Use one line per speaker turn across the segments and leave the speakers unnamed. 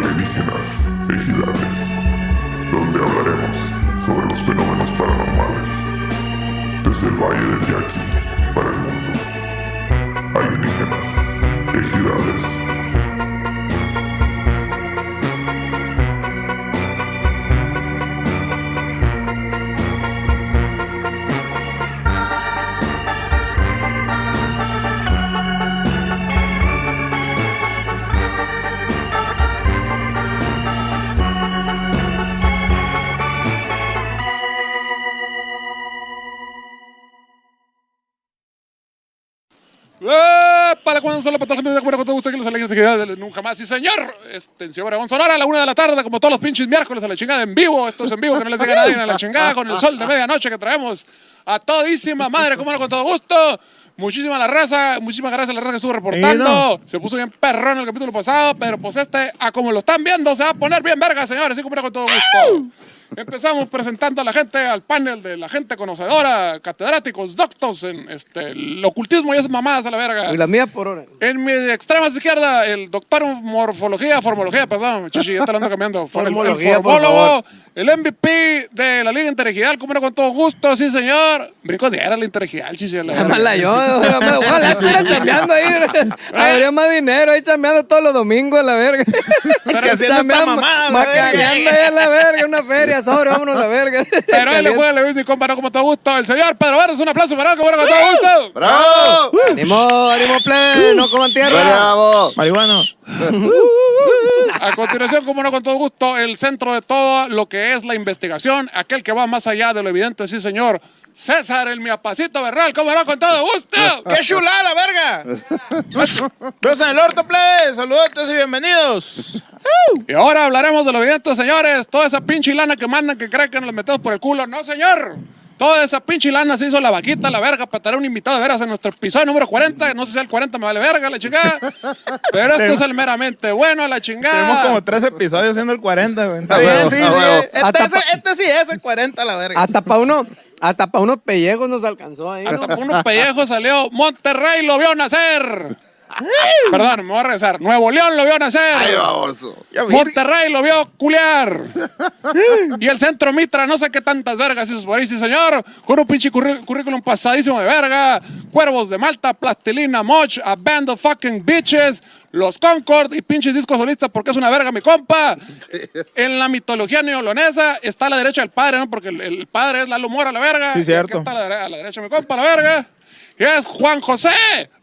Leyendas Ejidales, donde hablaremos sobre los fenómenos paranormales desde el Valle del Yaqui para el mundo. Alienígenas, ejidales.
¡Eh! Para cuando solo para todos los amigos de Comer con todo gusto que los alegres de nunca más. Sí, señor. Este, en Ciudad Obregón, Sonora, a la una de la tarde, como todos los pinches miércoles a la chingada en vivo. Esto es en vivo, que no les diga nadie a la chingada con el sol de medianoche que traemos a todísima madre, como no, con todo gusto. Muchísima la raza, muchísimas gracias a la raza que estuvo reportando. Se puso bien perrón el capítulo pasado, pero pues este, a como lo están viendo, se va a poner bien verga, señores. Sí, como no, con todo gusto. Empezamos presentando a la gente, al panel de la gente conocedora, catedráticos, doctos en este, el ocultismo y esas mamadas a la verga.
Y la mía por hora.
En mi extrema izquierda, el doctor en morfología, formología, perdón, chichi, ya te lo ando cambiando. For- el- el,
Formología, por
formólogo,
favor.
el MVP de la Liga Interregional, como no, con todo gusto, sí, señor. Brinco de era la Interregional, chichi. a la verga.
Llámala yo. Ojalá ojalá estuviera chambeando ahí. Habría más dinero ahí chambeando todos los domingos a la verga.
Que haciendo esta
Chambeando,
mamada. la verga.
Macaneando ahí a la verga. Una feria, sobre, vámonos a la verga.
Pero ahí le juega, le mi compa, no, como todo gusto. El señor Pedro Verdes, un aplauso para él, como no, con todo gusto.
¡Bravo!
¡Ánimo, ánimo, plebe! ¡No coman tierra!
¡Bravo!
Marihuano.
A continuación, como no, con todo gusto, el centro de todo lo que es la investigación, aquel que va más allá de lo evidente, sí, señor. César, el miapacito Berral, como no, con todo gusto.
¡Qué chulada, verga! Los en el orto, plebe. Saludos y bienvenidos.
Y ahora hablaremos de los videntes, señores. Toda esa pinche lana que mandan que creen que nos la metemos por el culo. No, señor. Toda esa pinche lana se hizo la vaquita, la verga, para tener un invitado de veras en nuestro episodio número 40. No sé si el 40 me vale verga, la chingada. Pero esto es el meramente bueno, la
Tenemos como
chingada.
tres episodios siendo el 40, güey.
A
Está
huevo,
bien, sí,
a huevo.
sí. Este,
Hasta
es
pa-
el- este sí es el 40, la verga.
Hasta pa' uno, hasta pa' unos pellejos nos alcanzó ahí.
Hasta por unos pellejos salió Monterrey, lo vio nacer. Perdón, me voy a regresar. Nuevo León lo vio
¡Ay,
nacer.
baboso!
Ya, verga.
Monterrey lo vio culear. y el centro Mitra, no sé qué tantas vergas hizo por ahí, sí, señor. Con un pinche curri- currículum pasadísimo de verga. Cuervos de Malta, Plastilina, Moch, A Band of Fucking Bitches, Los Concord y pinches discos solistas porque es una verga, mi compa. En la mitología neolonesa está a la derecha el padre, ¿no? Porque el, el padre es Lalo Mora, la verga.
Sí,
Y
cierto.
aquí Está a la, dere- a la derecha, mi compa, la verga. Y es Juan José,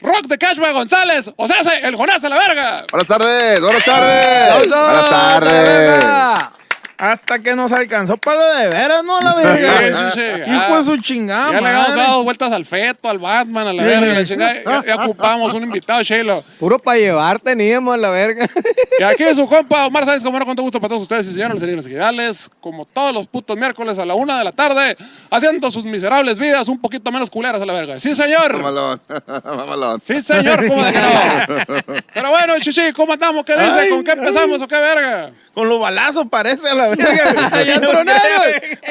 Rock de Cashman González, o sea, el Jonás a la verga.
Buenas tardes, buenas tardes.
¡Aplausos!
Buenas
¡A la
tardes.
verga!
Hasta que nos alcanzó para lo de veras, ¿no? La verga.
Sí, sí, sí.
Hijo de
Ah.
su chingada,
Ya le hemos
madre.
dado vueltas al feto, al Batman, a la verga, a la chingada.
Ah,
Ya, ya ocupamos un invitado, Shelo.
Puro pa' llevar teníamos a la verga.
Y aquí su compa Omar Sáenz, como no, con todo gusto para todos ustedes y señores, señores generales, como todos los putos miércoles a la una de la tarde, haciendo sus miserables vidas un poquito menos culeras a la verga. Sí, señor.
Mamalón, mamalón.
Sí, señor, ¿cómo de que no? Pero bueno, chichi, ¿cómo andamos? ¿Qué dice?
Ay,
¿Con qué empezamos o qué verga?
Con los balazos parece a la verga. güey.
¡Ya tronaron!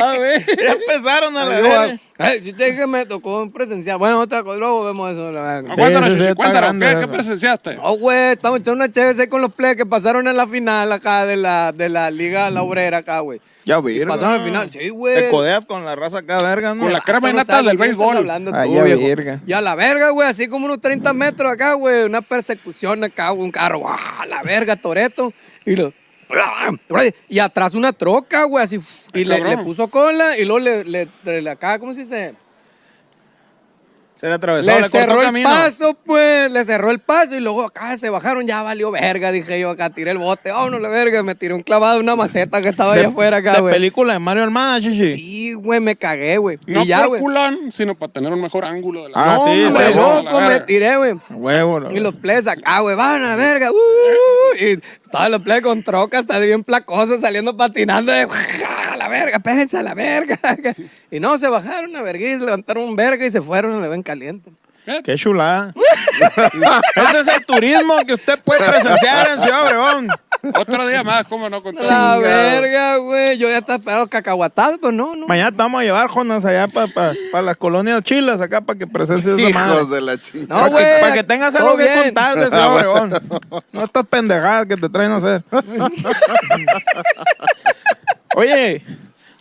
A ver.
Ya empezaron a la
Digo,
verga.
ay, si te dije que me tocó un presencial. Bueno, otra cosa, luego vemos eso. La verga.
Cuéntanos,
sí,
chichi,
está
cuéntanos,
grande
¿qué,
eso.
qué presenciaste?
No, güey, estamos echando una chévere ahí con los plebes que pasaron en la final acá de la, de la Liga La Obrera acá, güey.
Ya, verga.
Pasaron al final, sí, güey.
Te codeas con la raza acá, verga, ¿no?
Con la
Ah,
crema
tú
y
no
nata
sabes
del
de qué estás
béisbol.
hablando
Ay,
tú,
ya,
viejo.
verga.
Y a la verga, güey, así como unos 30 metros acá, güey, una persecución acá, güey, un carro, ¡ah, la verga, Toreto. Y lo- y atrás una troca, güey, así. Y
Ay,
le,
cabrón.
le puso cola y luego le, le, le- acá, ¿cómo se dice?
Se le atravesó,
Le,
le cortó
cerró el
camino.
paso, pues, le cerró el paso y luego acá se bajaron, ya valió verga, dije yo acá, tiré el bote, oh, no la verga, me tiré un clavado de una maceta que estaba
De-
allá afuera acá,
de
güey.
película de Mario Almada, chichi.
Sí, güey, me cagué, güey.
No
y ya,
por
güey.
culón, sino para tener un mejor ángulo de la
Ah,
No,
sí,
hombre,
sí, sí.
loco,
La
me
verga.
tiré, güey.
Huevo, la
Y los
verga.
plebes acá, güey, van a la verga. uh, uh, y todos los plebes con trocas, hasta bien placosos, saliendo patinando de a la verga, espérense a la verga. Y no, se bajaron a verga y levantaron un verga y se fueron a la ven caliente.
Qué chulada. Ese es el turismo que usted puede presenciar en Ciudad Obregón.
Otro día más, ¿cómo no? Con todo.
La
Chingado.
verga, güey. Yo ya estaba esperando cacahuatadas, pero no, no.
Mañana te vamos a llevar, Jonas, allá para las colonias chilas, acá para que presencies esa madre.
Hijos de la chica.
No,
para,
güey.
que, para que tengas
todo
algo que
bien.
contar de Ciudad Obregón. No estas pendejadas que te traen a hacer. Oye,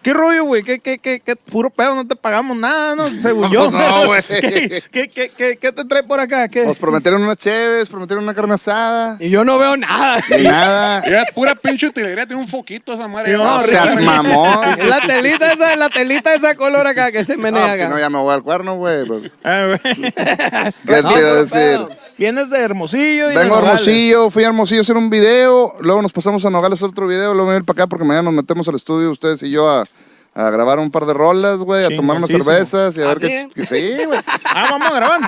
qué rollo, güey. ¿Qué, qué, qué, qué puro pedo, no te pagamos nada, ¿no? Según
No,
yo.
no, güey.
¿Qué, qué, qué, qué, qué te trae por acá? ¿Qué?
Os prometieron unas cheves, prometieron una carne asada.
Y yo no veo nada.
Y nada.
Mira, pura pinche utilería, tiene un foquito esa madre.
No,
No seas mamón.
Es la telita esa, es la telita esa color acá que se
No,
menea
pues, si no,
acá.
ya me voy al cuerno, güey. pues.
Ah, güey.
¿Qué
No,
te iba a
puro
decir?
pedo.
Vienes de Hermosillo. y
Vengo a
de Nogales.
Hermosillo, fui a Hermosillo a hacer un video, luego nos pasamos a Nogales a hacer otro video, luego me voy para acá porque mañana nos metemos al estudio ustedes y yo a, a grabar un par de rolas, güey, a tomar unas
Chingoncísimo.
cervezas y a ver
¿Ah,
qué...
sí?
qué- Sí, güey.
Ah, vamos a grabar.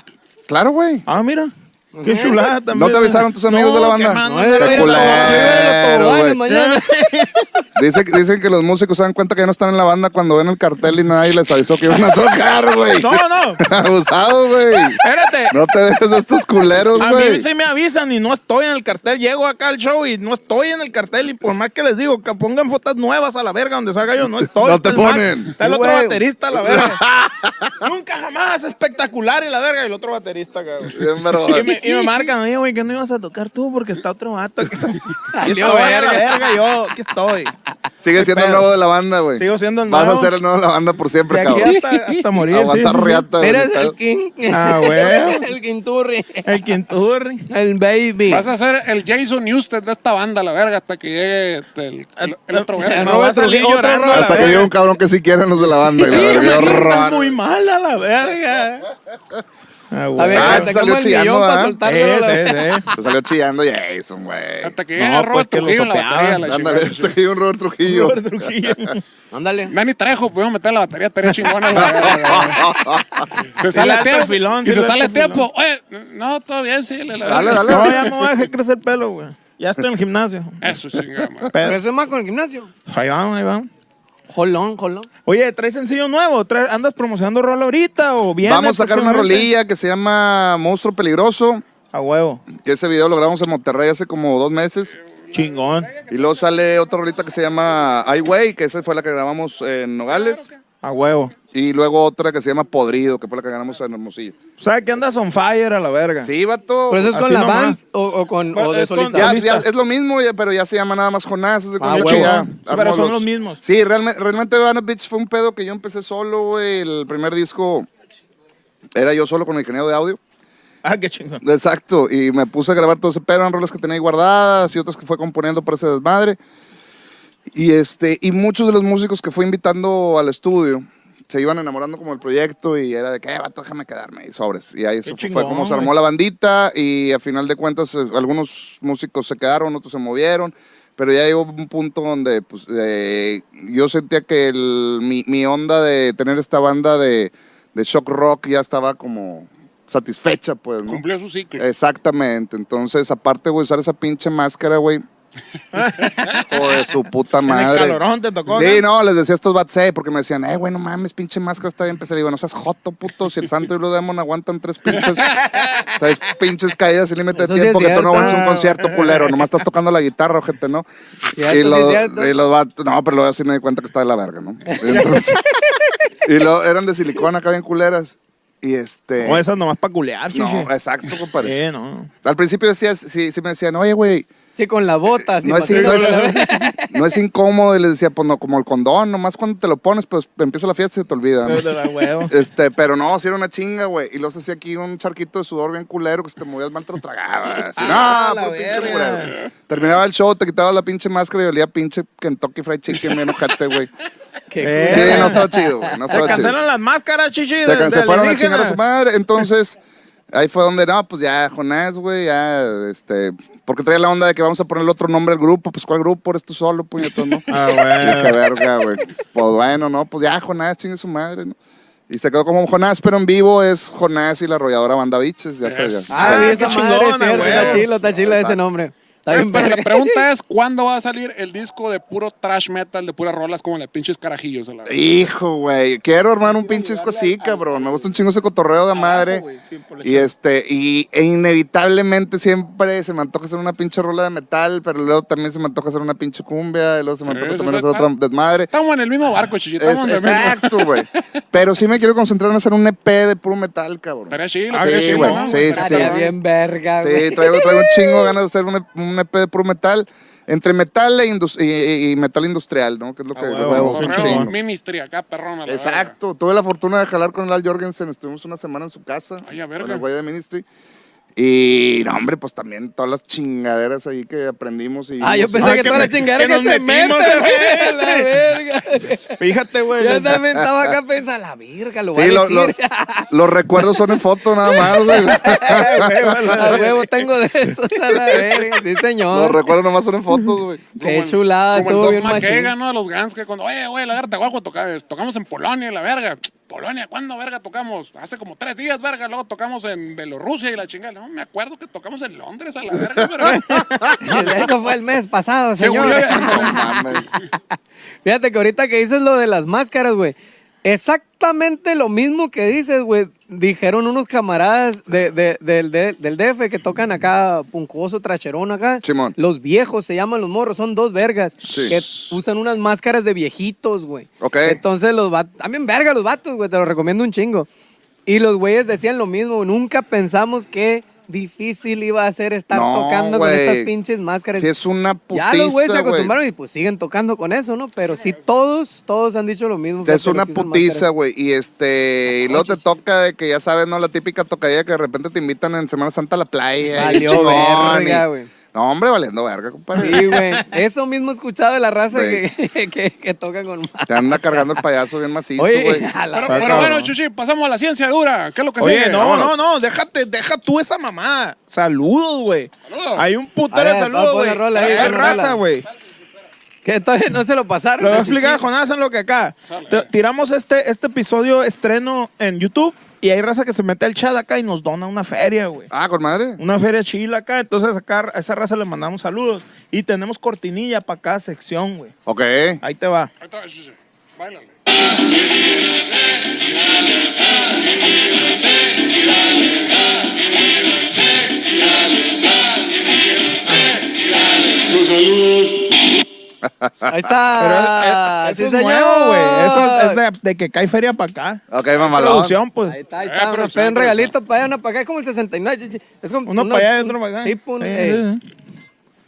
Claro, güey.
Ah, mira. Qué chulada también.
¿No te avisaron tus amigos de la banda?
No,
Qué
es de-
culero,
Bueno,
güey.
mañana.
Dicen, dicen que los músicos se dan cuenta que ya no están en la banda cuando ven el cartel y nadie les avisó que iban a tocar, güey.
No, no.
Abusado, güey.
Espérate.
No te dejes de estos culeros,
A
güey.
mí sí me avisan y no estoy en el cartel. Llego acá al show y no estoy en el cartel. Y por más que les digo que pongan fotos nuevas a la verga donde salga yo, no estoy.
No
Está
te
el Max,
ponen.
Está el otro
Güey.
baterista a la verga. Nunca jamás espectacular y la verga. Y el otro baterista, cabrón.
Bien, pero-
Y me, y me marcan, oye, güey, que no ibas a tocar tú porque está otro vato. aquí". Y
Salió
estoy a la
verga.
verga, yo, aquí estoy.
Sigue siendo el
pedo.
nuevo de la banda, güey.
Sigo siendo el
Vas
nuevo.
a ser el nuevo de la banda por
De
siempre,
aquí
cabrón.
hasta, hasta morir. sí,
Aguantar
sí, sí.
riata, güey,
Mira,
ni
es el
pedo.
King.
Ah, güey.
El Quinturri.
El Quinturri.
El baby.
Vas a ser el Jason Newsted de esta banda, la verga, hasta que llegue este, el, el-
Ah,
el otro verga.
Me
no,
voy a
otro-
salir
otro
llorando a la
Hasta que
verga.
llegue un cabrón que sí quieren los de la banda. Y la
Sí,
verga,
me
horror.
tratan muy mal a la verga. Ah,
A ver,
Ah,
ah,
ese
se
salió
como el
chillando,
millón para
¿verdad?
soltarlo. a la verga.
Se salió chillando Jason, güey.
Hasta que
No,
llegue Robert
pues, que lo
Trujillo en la
sopeaban.
batería. La
Ándale,
chingada.
hasta que llegue un Robert Trujillo.
Ándale.
Manny Trejo, pudimos meter la batería, estaría chingona. la verga. se sale
alto
tiempo.
filón,
y
sí,
se
el
sale
alto filón.
tiempo. Oye, no, todo bien, sí. la- la-
Dale, dale.
No, ya me voy a dejar crecer pelo, güey. Ya estoy en el gimnasio.
Eso, chingada. madre.
Pero
Pero,
eso es más con el gimnasio.
ahí vamos, ahí vamos.
Jolón, jolón.
Oye, ¿traes sencillo nuevo? ¿Traes- ¿Andas promocionando rol ahorita o bien?
Vamos a sacar una rolilla que se llama Monstruo Peligroso.
A huevo.
Que ese video lo grabamos en Monterrey hace como dos meses.
Chingón.
Y luego sale otra rolita que se llama Highway, que esa fue la que grabamos en Nogales.
A huevo.
Y luego otra que se llama Podrido, que fue la que grabamos en Hermosillo.
O sea, que andas on fire a la verga.
Sí, vato.
Pero eso es
Así
con la
nomás.
band o, o con
Bueno,
o de
es con-
Ya,
solista.
Solista.
ya, es lo mismo, ya, pero ya se llama nada más Jonás. es de
Ah,
Concha,
huevo.
ya,
Sí,
armo
pero son los mismos.
Sí, realmente, realmente Banner Beach fue un pedo que yo empecé solo, güey. El primer disco era yo solo con el ingeniero de audio.
Ah, qué chingón.
Exacto, y me puse a grabar todo ese pedo, eran rolas que tenía ahí guardadas y otras que fue componiendo para ese desmadre. Y, este, y muchos de los músicos que fue invitando al estudio se iban enamorando como del proyecto y era de que, va, déjame quedarme y sobres. Y ahí se fue,
chingón,
como se armó
güey.
la bandita y a final de cuentas eh, algunos músicos se quedaron, otros se movieron. Pero ya llegó un punto donde pues, eh, yo sentía que el- mi, mi onda de tener esta banda de, de shock rock ya estaba como satisfecha, pues, ¿no?
Cumplió su ciclo.
Exactamente. Entonces, aparte, güey, usar esa pinche máscara, güey. Hijo de su puta
En el
madre.
calorón te tocó. ¿eh?
Sí,
¿no?
no, les decía a estos bats, eh, porque me decían, eh, güey, no mames, pinche máscara está bien pesada. Y digo, no seas joto, puto, si el santo y Blue Demon aguantan tres pinches, tres pinches caídas sin límite
Eso
de
sí es
tiempo, que tú no
cierto.
aguantas un concierto, culero, nomás estás tocando la guitarra, gente, ¿no?
Cierto,
y,
sí
los-
es cierto.
y los vatos, no, pero luego sí me di cuenta que está de la verga, ¿no? Entonces, y luego eran de silicona acá bien culeras, y este...
O esas nomás para culear,
no,
chiche.
exacto, compadre.
Sí, no.
Al principio decías, sí, sí me decían, oye, güey,
Sí, con la bota. sí,
no, es,
pasando
no es-
la verga.
no es incómodo. Y les decía, pues no, como el condón, nomás cuando te lo pones, pues empieza la fiesta y se te olvida. ¿no?
Pero de la huevo.
Este, pero no, sí era una chinga, güey. Y los hacía aquí un charquito de sudor bien culero que se te movía el manto, lo tragabas. Y,
Ah,
no,
la
puro pinche
verga.
culero. Terminaba el show, te quitabas la pinche máscara y olía pinche Kentucky Fried Chicken bien ojete, güey.
Qué
Eh.
Sí, no estaba chido, güey. No
Se
estaba chido.
cancelan las máscaras, chichi.
Se,
de-
can-
de
se fueron a
alienígenas.
chingar a su madre. Entonces, ahí fue donde, no, pues ya, Jonás, güey, ya, este. Porque traía la onda de que vamos a ponerle otro nombre al grupo. Pues, ¿cuál grupo? Eres tú solo, puñetón, ¿no?
Ah,
Y
bueno.
dije, verga, güey. Pues bueno, no, pues ya, Jonás, chingue su madre, ¿no? Y se quedó como Jonás, pero en vivo es Jonás y la arrolladora Banda Biches, ya sabes. ya.
Ah,
Ah,
vi esa
qué
madre,
chingona,
cierto,
güey.
está chilo, está chilo ese
Exacto.
nombre. Está bien
Pero la
verga.
pregunta es, ¿cuándo va a salir el disco de puro trash metal, de puras rolas como la pinches carajillos? a la-
Hijo, güey. Quiero armar un pinche disco así, cabrón. Me gusta un chingo ese cotorreo de madre. Y este, y e inevitablemente siempre se me antoja hacer una pinche rola de metal, pero luego también se me antoja hacer una pinche cumbia, y luego se me
Pero
antoja
eso
también
es
hacer otro
tan-
desmadre.
Estamos en el mismo barco, chichi.
Es-
Estamos en el mismo
exacto, güey. Pero sí me quiero concentrar en hacer un EP de puro metal, cabrón.
Estaría chido,
Ah,
estaría
sí,
chido,
güey.
¿no?
Sí,
Estaría
sí,
Estaría
sí.
bien.
bien verga, güey.
Sí, traigo, traigo un chingo de ganas de hacer un, EP un EP de puro metal. Entre metal e indus- y, y- y metal industrial, ¿no? Que es lo que... lo que me
huevo,
gusta un
Correo,
chingo.
Ministry, acá, perrón. a la verga.
Exacto, tuve la fortuna de jalar con el Al Jorgensen, estuvimos una semana en su casa,
Ay, a verga.
con el güey de Ministry. Y, no, hombre, pues también todas las chingaderas ahí que aprendimos. Y
Ah, yo
vimos.
pensé
Ah,
que
que
toda la
me-
chingada
que
que
nos
se mete,
metimos,
güey. La verga.
Fíjate, güey.
Yo también estaba acá pensando, la verga, lo voy
Sí,
a
lo-
decir.
los, los recuerdos son en foto nada más, güey.
A huevo tengo de esos a la verga, sí
los
señor.
recuerdos nomás son en fotos, güey.
Qué
Como el-
chulada,
Como
estuvo
el
bien
Doc McKagan,
machín.
¿no? De los Guns, que cuando, oye, güey, la verga, te voy a jugar, toca- tocamos en Polonia, la verga. Polonia, ¿cuándo, verga, tocamos? Hace como tres días, verga, luego tocamos en Bielorrusia y la chingada. No, me acuerdo que tocamos en Londres a la verga, pero...
Eso fue el mes pasado,
Sí, güey,
señor.
No mames.
Fíjate que ahorita que dices lo de las máscaras, güey. Exactamente lo mismo que dices, güey. Dijeron unos camaradas de- de- del, de- del DF que tocan acá, puncoso, tracherón acá.
Simón.
Los viejos se llaman los morros, son dos vergas.
Sí.
Que usan unas máscaras de viejitos, güey.
Ok.
Entonces los vatos, también verga los vatos, güey, te los recomiendo un chingo. Y los güeyes decían lo mismo, nunca pensamos que difícil iba a ser estar
No,
tocando con
güey.
estas pinches máscaras.
Sí, es una putiza,
Ya los güeyes se
güey.
acostumbraron y pues siguen tocando con eso, ¿no? Pero sí, todos, todos han dicho lo mismo.
Es
fíjate,
una
los que usan
putiza,
máscaras.
güey. Y este, y luego te toca de que ya sabes, ¿no? La típica tocadilla que de repente te invitan en Semana Santa a la playa. y
Valió
chingón,
verga,
y-
güey.
No, hombre, valiendo verga, compadre.
Sí, güey. Eso mismo he escuchado de la raza
Güey.
que, que, que toca con más.
Te anda cargando el payaso bien macizo, güey.
Oye, a la
Pero,
verga.
pero bueno, Chuchi, pasamos a la ciencia dura. ¿Qué es lo que
Oye,
sigue?
no, no,
vámonos.
no, déjate, deja tú esa mamada. Saludos, güey.
Saludos.
Hay un
A
putero
ver,
de
va,
saludos,
pon la
güey.
rola ahí,
Hay
pon la rola.
raza, güey.
que todavía no se lo pasaron.
Lo voy a
al Chuchín.
explicar, Jonás, en lo que acá.
Sale.
Te- Tiramos este, este episodio estreno en YouTube y hay raza que se mete al chat acá y nos dona una feria, güey.
Ah, con madre.
Una feria chila acá, entonces acá a esa raza le mandamos saludos. Y tenemos cortinilla para cada sección, güey.
Ok.
Ahí te va.
Ahí está, Chuchi. Báilale.
Ahí está.
Pero es- es-
Ah, sí,
eso es
señor.
nuevo, güey. Eso es de, de que cae feria para acá.
Ok, mamalón.
Producción, pues.
Ahí está, ahí
Eh,
está.
pero
nos
siempre,
pegan regalito para allá, uno para acá. Es como el 69. Chuchín. Es como
Uno para allá y otro para acá.
Sí, pues,
Sí,
eh,
sí, sí.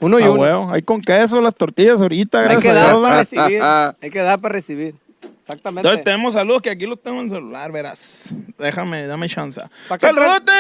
uno y
Ah,
uno.
huevo. Ahí con queso, las tortillas ahorita,
Hay
gracias
que
a
dar
Dios,
para
la-
recibir. Hay que dar para recibir. Exactamente.
Entonces tenemos saludos que aquí los tengo en el celular, verás. Déjame, dame chance.
¿Pa' qué
Saludote,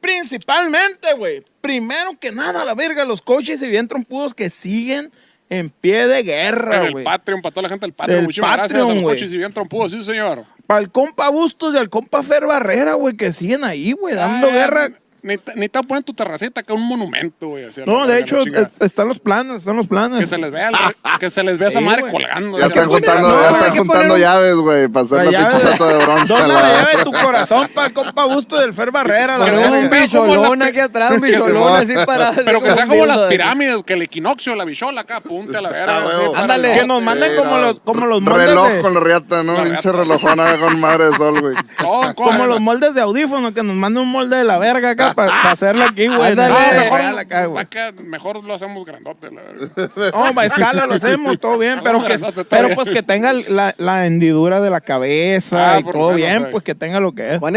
principalmente, güey. Primero que nada, la verga, los coches y bien trompudos que siguen en pie de guerra,
En el
güey.
Patreon, para toda la gente del Patreon.
Del
Muchísimas gracias a
Patreon,
los
güey.
coches y bien trompudos, sí, señor.
Para el compa Bustos y al compa Fer Barrera, güey, que siguen ahí, güey, dando
Ah,
guerra.
Ni, te- ni te van a poner tu terracita acá un monumento, güey. así a la
No,
verga,
de
la
hecho, eh,
chingada.
es- están los planes, están los planes.
que se les vea, la- que se les vea esa
Sí,
madre
güey.
colgando. así
Ya
a
están
la
juntando,
verga.
no,
ya
hay
están
que
juntando
poner un-
llaves, güey, para hacer
La
la pinche
llave de-
estatua de bronce.
Dona
la
la
verga.
llave de tu corazón para el compa Bustos y el Fer Barrera, la
Pero
verga.
un
Pero como
bicholón
la-
aquí atrás, un bicholón
va.
así para.
Pero que sean como las
de-
pirámides, que el equinoccio, la bichola acá, apunte a la
Ah,
verga. así,
huevo.
para
Ándale.
el-
Que nos manden
Sí,
como
no,
los, como los eh. moldes de-
Reloj con la riata, ¿no?
La
Pinche
riata.
relojona con madre de sol, güey.
Todo en
Como
cuadro.
los moldes de audífono, que nos manda un molde de la verga acá para hacerla aquí, güey.
Ándale.
No,
Ah,
Eh,
mejor,
real acá, güey.
acá, mejor lo hacemos grandote, la verga.
No, para escala lo hacemos, todo bien, pero, que,
Todo
pero
bien.
pues que tenga la, la hendidura de la cabeza
Ah,
y
por
todo
lo menos,
bien,
güey.
pues que tenga lo que es.
Juan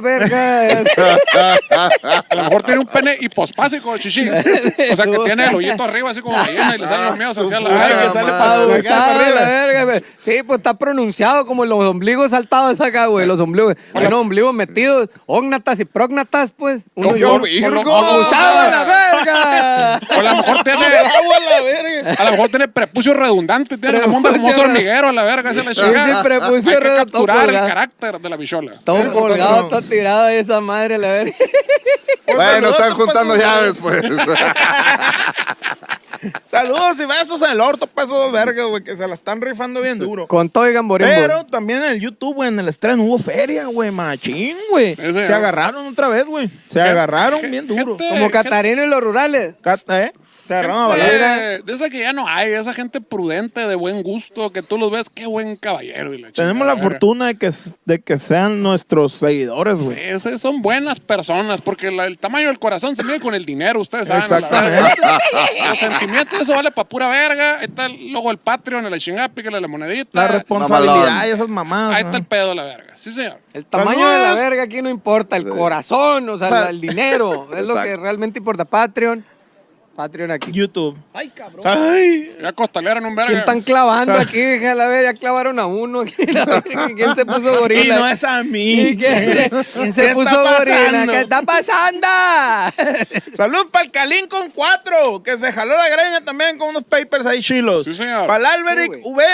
verga. este,
A lo mejor tiene un pene hipospásico, chichi. O sea, que tiene el hoyito arriba, así como ballena, y le salen los miedos hacia la
Ah,
verga.
que sale
Para
Acá, para
usar
arriba.
la verga. ve. Sí, pues está pronunciado como los ombligos saltados acá, güey. Los ombligos. Bueno, ombligos metidos. Ógnatas y prógnatas, pues. Uno y
yo,
uno.
Virgo.
¡Abusado a la verga!
O a lo mejor tiene. A lo mejor tiene prepucio redundante, tiene la monda como un
Prepucio
hormiguero a la verga, esa es la
Sí, sí,
chingada.
prepucio
Hay que
redundante,
capturar el
¿verdad?
carácter de la bichola.
Todo colgado, está tirado de esa madre, la verga.
Pues
Bueno, están juntando
ya
llaves, pues.
Saludos y besos en el orto, pesos de verga, güey, que se la están rifando bien duro.
Con todo y gamborimbo.
Pero también en el YouTube, güey, en el estreno hubo feria, güey, machín, güey.
Sí, señor.
Se agarraron otra vez, güey. Se agarraron bien duro.
gente-
Como Catarino y los rurales.
Cata, ¿eh? Te
gente
roban,
de esa que ya no hay, esa gente prudente, de buen gusto, que tú los ves, qué buen caballero. y la
Tenemos
chingada
la
verga.
fortuna de que, s- de que sean nuestros seguidores, güey.
Ese- son buenas personas, porque la- el tamaño del corazón se mide con el dinero, ustedes saben. a la
Exactamente.
verga. Los sentimientos, eso vale para pura verga. Ahí está el- luego el Patreon, la chingada, pícale la monedita.
La responsabilidad
Mamalón.
y esas mamadas.
Ahí está
¿no?
el pedo, la verga. Sí, señor.
El tamaño de la
Saludos.
verga aquí no importa, el corazón, o sea,
O sea,
el dinero, es lo que
Exacto.
realmente importa. Patreon, Patreon aquí.
YouTube.
Ay, cabrón.
Ay,
Ya costalearon un verga.
¿Quién están clavando
¿Sabe?
aquí? Déjala ver, ya clavaron a uno. aquí, la verga, ¿Quién se puso
y
gorila?
no es a
¿Y
mí.
¿Quién, quién se
¿Qué
puso
está
gorila?
pasando?
¿Qué está pasando?
Salud para el Calín con cuatro, que se jaló la greña también con unos papers ahí chilos.
Sí, señor.
Para el Alberic
Sí,
V,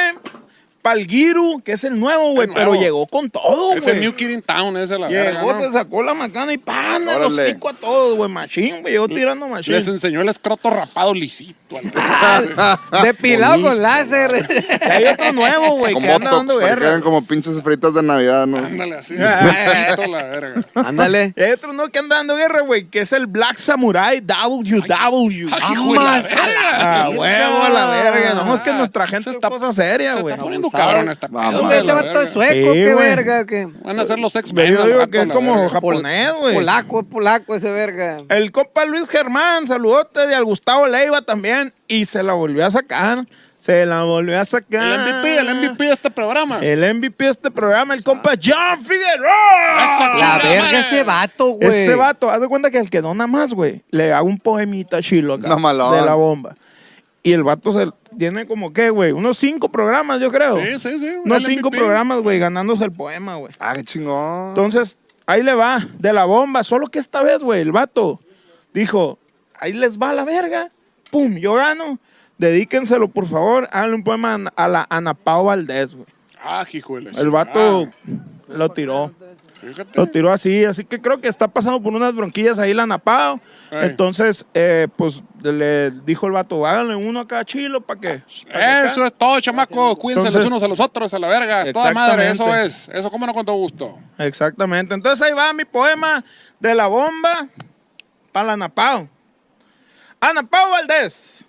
para el Giru, que es el nuevo, güey,
El
pero
nuevo.
llegó con todo, güey.
Ese New Kid in Town, ese, la verga.
Llegó,
¿no?
se sacó la macana y pan, el
Órale.
hocico a todos, güey, machín, güey, llegó tirando machín.
Les enseñó el escroto rapado lisito. a la verga.
Ah,
Depilado con láser.
Ya hay otro nuevo, güey,
Con
que anda
botox,
dando
para que
guerra.
quedan como pinches fritas de Navidad, ¿no?
Ándale así. lisito, la verga.
Ándale.
Y hay otro nuevo que anda dando guerra, güey, que es el Black Samurai WW.
Ay, hijo de la
Amas a la
verga.
Ah, huevo, a la verga. No, es que nuestra
Se
gente
está-
está cosa seria,
Se
güey.
está poniendo
Abusado.
cabrón esta
Vamos.
pedo, la
Hombre, ese vato es
verga.
sueco,
Sí,
qué
güey.
verga. ¿qué?
Van a ser los ex
Yo digo que es como japonés, güey. Eh,
Polaco, es polaco ese verga.
El compa Luis Germán, saludote de al Gustavo Leiva también. Y se la volvió a sacar. Se la volvió a sacar.
El MVP, el MVP de este programa.
El MVP de este programa, el compa John Figueroa.
Esa
La
Chinga madre.
verga ese vato, güey.
Ese vato, haz de cuenta que el que dona más, güey, le hago un poemita chilo acá,
Mamalón.
de la bomba. Y el vato se tiene como que, güey, unos cinco programas, yo creo.
Sí, sí, sí,
Unos
el
cinco
MVP.
programas, güey, ganándose el poema, güey.
Ah, qué chingón.
Entonces, ahí le va, de la bomba. Solo que esta vez, güey, el vato dijo, ahí les va la verga. Pum, yo gano. Dedíquenselo, por favor. Háganle un poema a- a la Ana Pao Valdés, güey.
Ah, hijo de la
El
Ah.
vato lo tiró.
chingada. Fíjate.
Lo tiró así. Así que creo que está pasando por unas bronquillas ahí la Ana Pao.
Ey.
Entonces, eh, pues, le dijo el vato, háganle uno acá a Chilo para que... pa' que
Eso es todo, chamaco. Cuídense los
Entonces-
unos a los otros, a la verga. Toda madre, eso es. Eso, cómo no, con todo gusto.
Exactamente. Entonces ahí va mi poema de la bomba para la Napao. Anapao Valdés,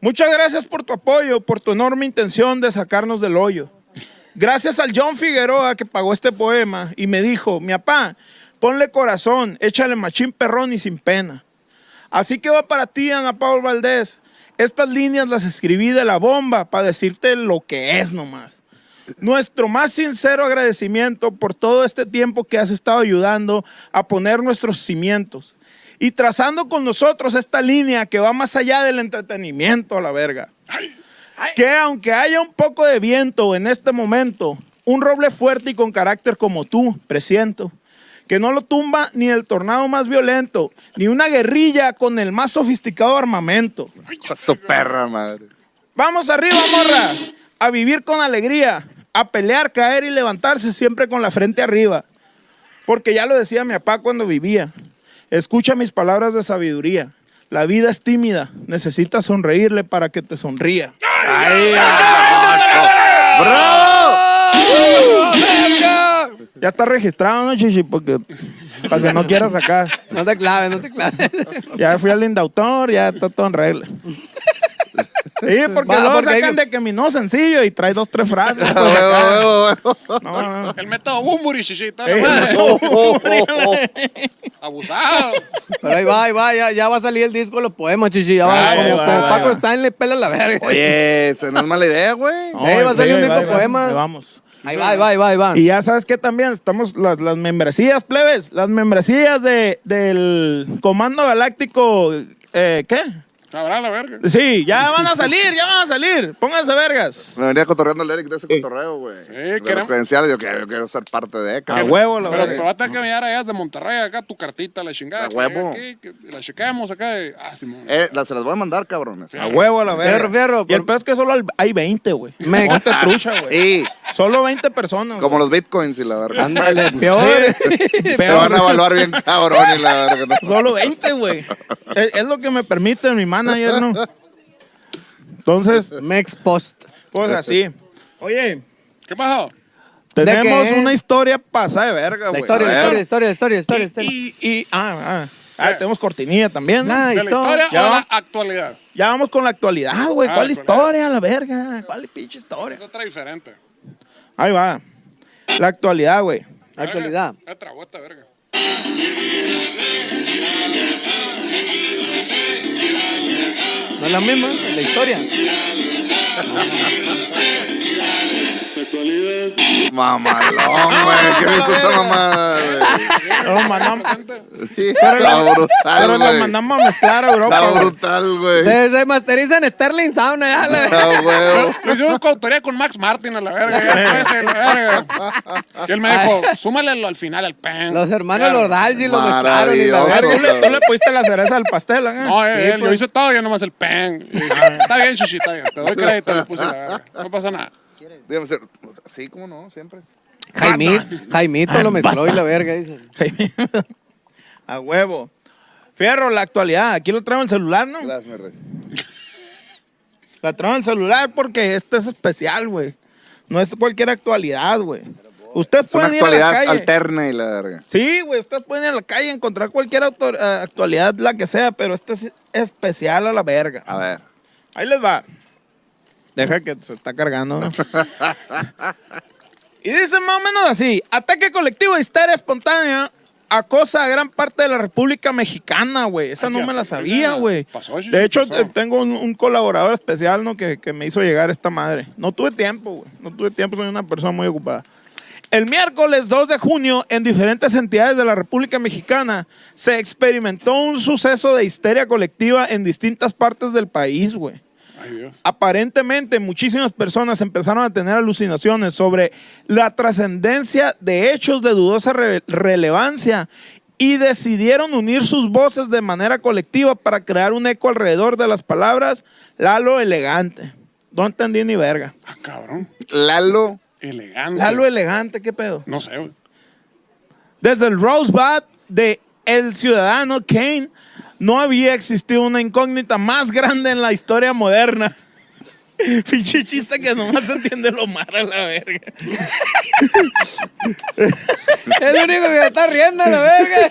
muchas gracias por tu apoyo, por tu enorme intención de sacarnos del hoyo. Gracias al John Figueroa que pagó este poema y me dijo, mi papá, ponle corazón, échale machín perrón y sin pena. Así que va para ti, Ana Paula Valdés. Estas líneas las escribí de la bomba para decirte lo que es nomás. Nuestro más sincero agradecimiento por todo este tiempo que has estado ayudando a poner nuestros cimientos y trazando con nosotros esta línea que va más allá del entretenimiento a la verga. Que aunque haya un poco de viento en este momento, un roble fuerte y con carácter como tú, presiento, que no lo tumba ni el tornado más violento, ni una guerrilla con el más sofisticado armamento.
A su perra madre.
Vamos arriba, morra. A vivir con alegría. A pelear, caer y levantarse siempre con la frente arriba. Porque ya lo decía mi papá cuando vivía. Escucha mis palabras de sabiduría. La vida es tímida. Necesitas sonreírle para que te sonría. Ya está registrado, ¿no, Chichi? Porque para que no quieras sacar.
No te claves, no te claves.
Ya fui al indautor, ya está todo en regla. Sí, porque
Va,
luego
porque Ah, hay-
sacan de que mi no sencillo y trae dos, tres frases.
A
pues,
huevo,
acá.
a Ah, huevo, a huevo.
No, no, no.
El método Bumburi, chichita.
Ey,
Oh, oh, oh, oh.
Abusado.
Pero ahí va, ahí va, ya, ya va a salir el disco de los poemas, chichi. Ya va,
Ay,
como,
va,
como
va.
Paco está en le pela la verga.
Oye, esa no es mala idea, güey.
Ey, va a salir un
Ahí va,
rico
ahí va,
poema.
ahí Vamos.
Ahí va, ahí va, ahí va, ahí va.
Y ya sabes que también estamos las, las membresías, plebes, las membresías de, del Comando Galáctico, eh, ¿qué?
Sabrá la verga.
Sí, ya van a salir, ya van a salir. Pónganse vergas.
Me venía cotorreando el Eric de ese cotorreo, güey. de
queremos-
las credenciales, yo quiero, yo quiero ser parte de,
A
cabrón. Eh,
huevo, la
Pero,
verga.
pero va a tener que mirar allá de Monterrey, acá tu cartita, la chingada.
A huevo.
que llegue aquí, que la chequemos acá. de- Ah, Simón.
Eh, la- se las voy a mandar, cabrones.
A huevo, la verga.
Fierro, fierro,
y el
por-
peor es que solo al- hay 20, güey.
Me-
Ponte trucha, güey.
Sí,
Solo 20 personas.
como
güey.
los bitcoins y la verga.
Ándale, peor.
Se van a evaluar bien cabrón y la verga. ¿no?
Solo 20, güey. es, es lo que me permite mi manager, ¿no? Entonces,
Mex Post.
pues así. Oye,
¿Qué pasó?
¿De
tenemos
qué?
una historia pasada de verga,
La
güey. Ah,
historia,
a
la
ver.
historia, la historia, la historia, la historia.
Y, y- ah, ah. Ah, tenemos cortinilla también. ¿no?
Nah,
¿De la historia o
Ya.
la actualidad?
Ya vamos con la actualidad, güey.
Ah,
¿Cuál
la
historia? La verga. ¿Cuál pinche historia?
Es otra diferente.
Ahí va. La actualidad, güey.
Actualidad.
Verga, Ya trabó esta verga.
No es la misma, es la historia.
Mamalón, güey. ¿Qué me hizo esa mamada, güey?
Pero lo mandamos,
Está
pero
brutal,
lo
güey.
mandamos a mezclar a Europa,
Está
güey.
brutal, güey.
Se, se masteriza en Sterling Sound. ya la-
Está huevo.
Lo hicimos con autoría con Max Martin a la verga. Ya sabes, a la verga. Y él me dijo, súmalelo al final al pen.
Los hermanos
Claro.
Lordalgi lo mezclaron. y la
A ver,
verga.
Maravilloso.
tú le, tú le pusiste la cereza al pastel, ¿eh?
No, él,
Sí,
él, yo
pues.
hice todo, yo nomás el pen. Y, está bien, Shishi, está bien. Te doy crédito, le puse la verga. No pasa nada.
Debe ser. Sí, como no, siempre.
Jaimito, Jaimito lo mezcló y la verga. dice.
A huevo. Fierro, la actualidad. Aquí lo traigo en el celular, ¿no?
Gracias, mi rey.
La traigo en el celular porque esta es especial, güey. No es cualquier actualidad, güey. Ustedes
Es una
pueden ir a la
actualidad
calle.
alterna y la verga.
Sí, güey, ustedes pueden ir a la calle y encontrar cualquier autor- eh, actualidad, la que sea, pero esta es especial a la verga.
A ver.
Ahí les va. Deja que se está cargando. ¿no? y dice más o menos así: ataque colectivo de histeria espontánea acosa a gran parte de la República Mexicana, güey. Esa no me la sabía, güey.
Ah, Pasó, sí,
De hecho,
pasó.
eh, tengo un, un colaborador especial ¿no? que, que me hizo llegar esta madre. No tuve tiempo, güey. No tuve tiempo, soy una persona muy ocupada. El miércoles 2 de junio, en diferentes entidades de la República Mexicana, se experimentó un suceso de histeria colectiva en distintas partes del país, güey.
Ay, Dios.
Aparentemente, muchísimas personas empezaron a tener alucinaciones sobre la trascendencia de hechos de dudosa re- relevancia y decidieron unir sus voces de manera colectiva para crear un eco alrededor de las palabras Lalo elegante. No entendí ni verga.
Ah, cabrón.
Lalo.
Elegante.
Lalo elegante, ¿qué pedo?
No sé, güey.
Desde el Rosebud de El Ciudadano Kane no había existido una incógnita más grande en la historia moderna. Pinche chiste que nomás entiende lo malo a la verga.
Es lo único que está riendo, la verga.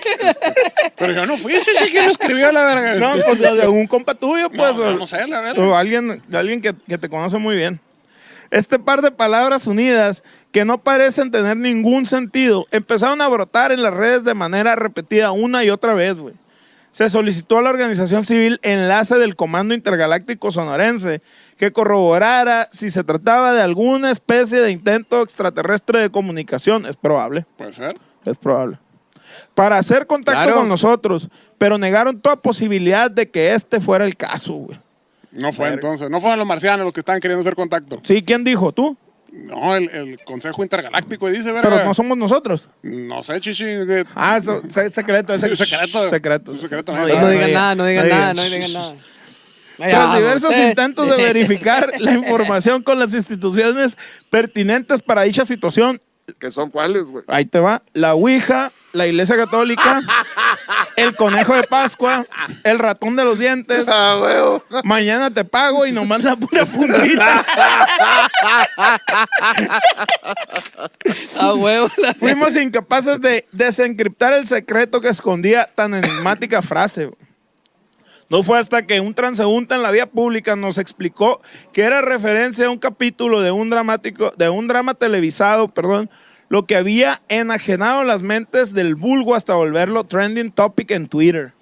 Pero yo no fui, sí, sí, que lo escribió la verga.
No, pues de algún compa
No,
tuyo, pues.
no,
o-
no sé, la verga.
o alguien, alguien que, que te conoce muy bien. Este par de palabras unidas que no parecen tener ningún sentido empezaron a brotar en las redes de manera repetida una y otra vez, güey. Se solicitó a la organización civil enlace del Comando Intergaláctico Sonorense que corroborara si se trataba de alguna especie de intento extraterrestre de comunicación. Es probable.
Puede ser.
Es probable. Para hacer contacto
Claro.
con nosotros, pero negaron toda posibilidad de que este fuera el caso, güey.
No fue entonces. No fueron los marcianos los que estaban queriendo hacer contacto.
Sí, ¿quién dijo? ¿Tú?
No, el, el Consejo Intergaláctico y dice, verga.
Pero no somos nosotros.
No sé, chichi. que-
Ah, eso, se- secreto, ese
Sí, secreto.
secreto. Ah,
Secreto,
No
no
digan,
No digan
no
nada, no digan
digan.
nada, no digan nada. Eh.
Tras diversos
Usted-
intentos de verificar la información con las instituciones pertinentes para dicha situación,
¿Qué son cuáles, güey?
ahí te va, la Ouija, la Iglesia Católica, el Conejo de Pascua, el Ratón de los Dientes,
Ah, huevo.
Mañana te pago y nomás la pura fundita.
A huevo. la-
Fuimos incapaces de desencriptar el secreto que escondía tan enigmática frase. güey. No fue hasta que un transeúnte en la vía pública nos explicó que era referencia a un capítulo de un dramático, de un drama televisado, perdón, lo que había enajenado las mentes del vulgo hasta volverlo trending topic en Twitter.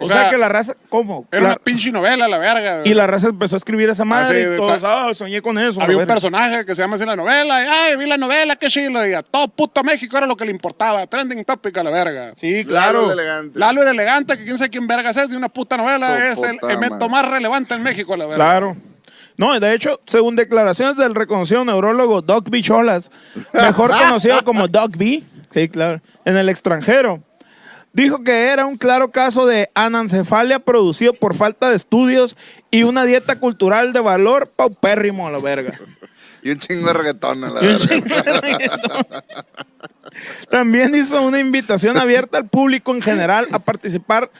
O,
O
sea,
sea,
que la raza, ¿cómo?
Era
La-
una pinche novela, la verga.
y la raza empezó a escribir esa madre.
sí,
y todos,
exacto.
"Ah, soñé con eso. la
Había un
verga".
personaje que se llama así en la novela. Y, Ay, vi la novela, qué chido. Y a todo puto México era lo que le importaba. Trending topic a la verga.
Sí,
Lalo
claro.
el elegante.
Lalo era elegante, que quién sabe quién vergas es de una puta novela.
Su
es el
puta
evento
madre.
más relevante en México, la verga.
Claro. No, de hecho, según declaraciones del reconocido neurólogo Doc B. Cholas, mejor conocido como Doc B, sí, claro, en el extranjero, dijo que era un claro caso de anencefalia producido por falta de estudios y una dieta cultural de valor paupérrimo a la verga.
Y un chingo de reggaetón, a la
Y un
verga.
chingo de reggaetón. También hizo una invitación abierta al público en general a participar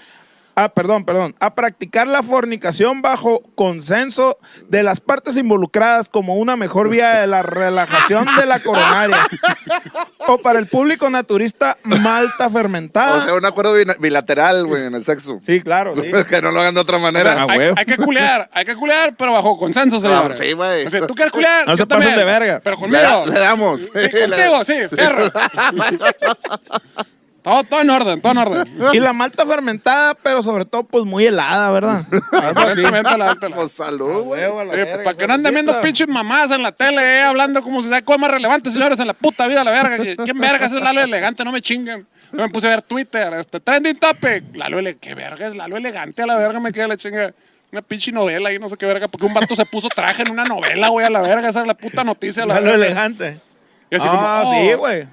Ah, perdón, perdón. A practicar la fornicación bajo consenso de las partes involucradas como una mejor vía de la relajación de la coronaria. O para el público naturista, malta fermentada.
O sea, un acuerdo bina- bilateral, güey, en el sexo.
Ah. sí, claro, sí. Ah,
que no lo hagan de otra
O
manera.
sea,
Hay,
huevo.
hay que culear, hay que culear, pero bajo consenso, señor.
Ah, sí, güey.
O sea, tú quieres culear.
No
yo
se pasen
también,
de verga.
Pero
le, da-
conmigo.
le damos.
Sí,
Sí, le-
contigo, sí, perro. todo, todo en orden, todo en
Ah,
orden.
Y la malta fermentada, pero sobre todo, pues muy helada, ¿verdad?
Aparentemente la- la-
Pues salud, güey.
Huevo a la
Oye,
verga,
Eh, para que no anden viendo
saludcita.
pinches mamadas en la tele, eh, hablando como si sea cosa más relevante, señores, en la puta vida, la verga. que- ¿Quién verga es Lalo Elegante? No me chingan. Yo me puse a ver Twitter, este, trending topic. Lalo Elegante, ¿qué verga es Lalo Elegante? A la verga me queda la chinga. Una pinche novela y no sé qué verga, porque un vato se puso traje en una novela, güey, a la verga. Esa es la puta noticia, a la
Lo
verga.
elegante.
Y así como,
Ah,
oh.
sí, güey.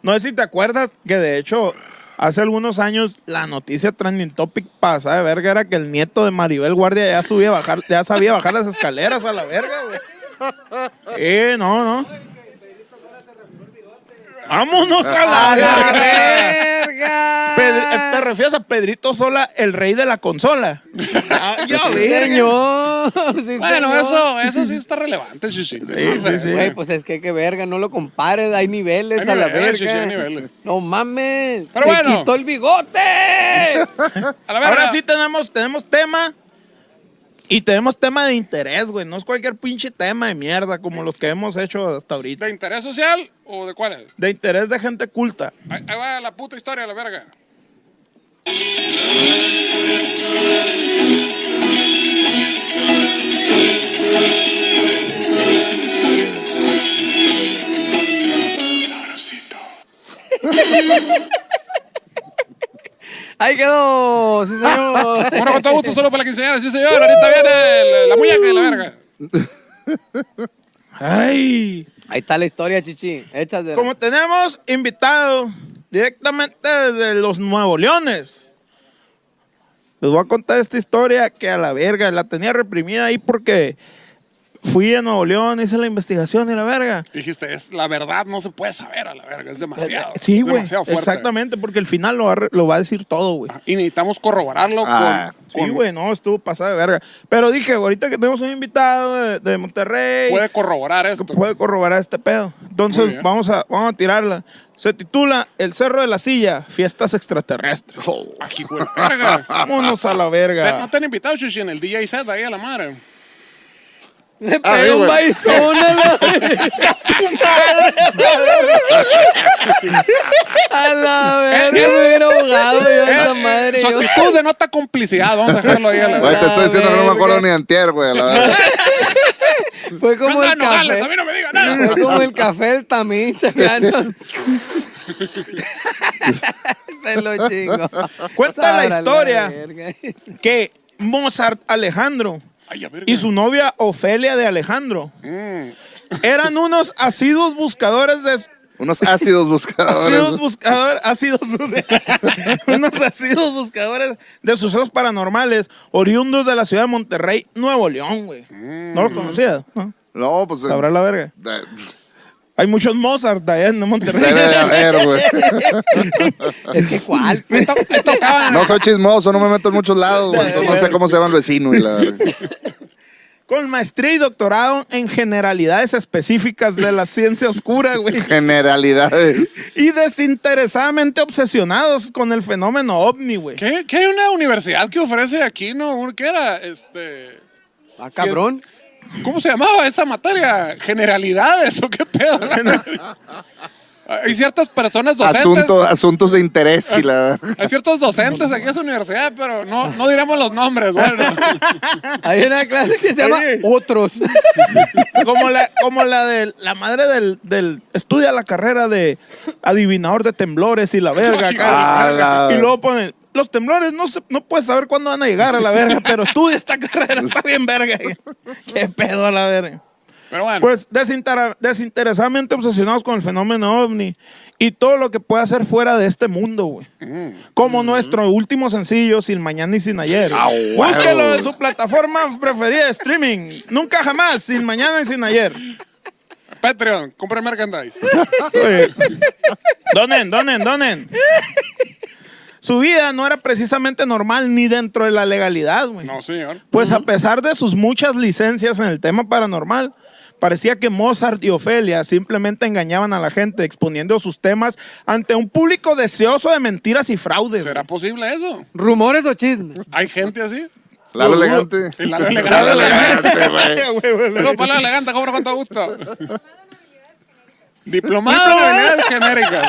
No sé si te acuerdas que de hecho hace algunos años la noticia trending topic pasada de verga era que el nieto de Maribel Guardia ya subía a bajar, ya sabía bajar las escaleras a la verga, güey. Eh, no, no. Vámonos a Ah, la
¡La
verga.
verga!
Pedri- ¿Te refieres a Pedrito Sola, el rey de la consola? Ah, ya,
Sí,
verga.
señor. Sí,
Bueno,
señor.
eso, eso sí está relevante, chichi. Eso,
sí, sí.
Güey, pues es que qué verga, no lo compares, hay niveles
Hay
a la
niveles, sí, sí,
verga.
hay niveles.
No mames.
Pero
Pero
bueno.
quitó el bigote.
A la verga.
Ahora sí tenemos, tenemos tema. Y tenemos tema de interés, güey. No es cualquier pinche tema de mierda como los que hemos hecho hasta ahorita.
¿De interés social o de cuál es?
De interés de gente culta.
Ahí, ahí va la puta historia, la verga.
Ahí quedó, sí, señor.
Bueno, con todo gusto, solo para la quinceañera, sí señor. Ahorita viene el- la muñeca y la verga.
Ay.
Ahí está la historia, chichi. Échate.
Como tenemos invitado directamente desde los Nuevo Leones. Les voy a contar esta historia que a la verga la tenía reprimida ahí porque fui a Nuevo León, hice la investigación y la verga.
Dijiste, es la verdad, no se puede saber a la verga, es demasiado.
Sí,
es
güey.
demasiado fuerte.
Exactamente, porque el final lo va, a re- lo va a decir todo, güey.
Ah, Y necesitamos corroborarlo
Ah,
con.
Sí,
con-
güey, no, estuvo pasada de verga. Pero dije, ahorita que tenemos un invitado de, de Monterrey,
Puede corroborar
que
esto.
puede corroborar este pedo.
Muy
Entonces,
bien.
vamos a, vamos a tirarla. Se titula El Cerro de la Silla, Fiestas Extraterrestres.
Ah, hijo de la verga.
Vámonos a la
Te- No
verga.
te han invitado, Chuchi, en el DJ set ahí a la madre.
Le
Ah, sí,
pegó un
güey.
baizón a la verga. A la verga, me hubiera ahogado yo a esa
Eh,
madre.
Su
yo.
actitud denota complicidad. Vamos a dejarlo ahí a la
Güey,
verga.
te estoy diciendo que no me acuerdo
verga.
ni de antier, güey, a la verdad.
Fue como
Manda a
el
Nogales, a mí
café.
no me diga nada.
Fue como el café del tamín, Chaviano. Se lo chingo.
Cuenta la
Sara,
historia.
verga.
Que Mozart Alejandro
Ay, Mm. a verga.
y su novia Ofelia de Alejandro eran unos asiduos buscadores de,
Unos ácidos
Asiduos
buscadores.
buscador, asiduos, unos asiduos buscadores de sucesos paranormales oriundos de la ciudad de Monterrey, Nuevo León, güey. No lo conocía, ¿no?
No, pues. eh,
Sabrá la verga.
de-
Hay muchos Mozart allá en Monterrey.
Debe de haber, güey.
Es que cuál, pues,
Me to- me tocaban.
No soy chismoso, no me meto en muchos lados, güey. Entonces no sé cómo se llama el vecino y la verga.
Con maestría y doctorado en generalidades específicas de la ciencia oscura, güey.
Generalidades.
Y desinteresadamente obsesionados con el fenómeno ovni, güey.
¿Qué, ¿Qué hay una universidad que ofrece aquí, no? Un- ¿Qué era? Este.
Ah, cabrón.
¿Cómo se llamaba esa materia? ¿Generalidades o qué pedo? Hay ciertas personas docentes.
Asunto, asuntos de interés y la verga.
Hay ciertos docentes aquí en esa universidad, pero no, no diremos los nombres. Bueno,
Hay una clase que se llama
Oye.
Otros.
Como la, como la de la madre del, del- estudia la carrera de adivinador de temblores y la verga. acá.
Ah, la-
Y luego ponen, los temblores no se- no puedes saber cuándo van a llegar a la verga, pero estudia esta carrera, está bien verga. Qué pedo a la verga.
pero bueno.
Pues desintera- desinteresadamente obsesionados con el fenómeno ovni y todo lo que puede hacer fuera de este mundo, güey. Como nuestro último sencillo, Sin Mañana y Sin Ayer. Búsquelo en su plataforma preferida de streaming. Nunca jamás, Sin Mañana y Sin Ayer.
Patreon, compren merchandise.
Oye, Donen, donen, donen. Su vida no era precisamente normal ni dentro de la legalidad, güey.
No, señor.
Pues a pesar de sus muchas licencias en el tema paranormal, parecía que Mozart y Ofelia simplemente engañaban a la gente exponiendo sus temas ante un público deseoso de mentiras y fraudes.
¿Será posible eso?
¿Rumores o chismes?
¿Hay gente así?
Lalo elegante.
Y Lalo Elegante.
Lalo elegante, güey.
Pero para pues, la elegante, cobra cuánto gusto. Diplomado en habilidades genéricas.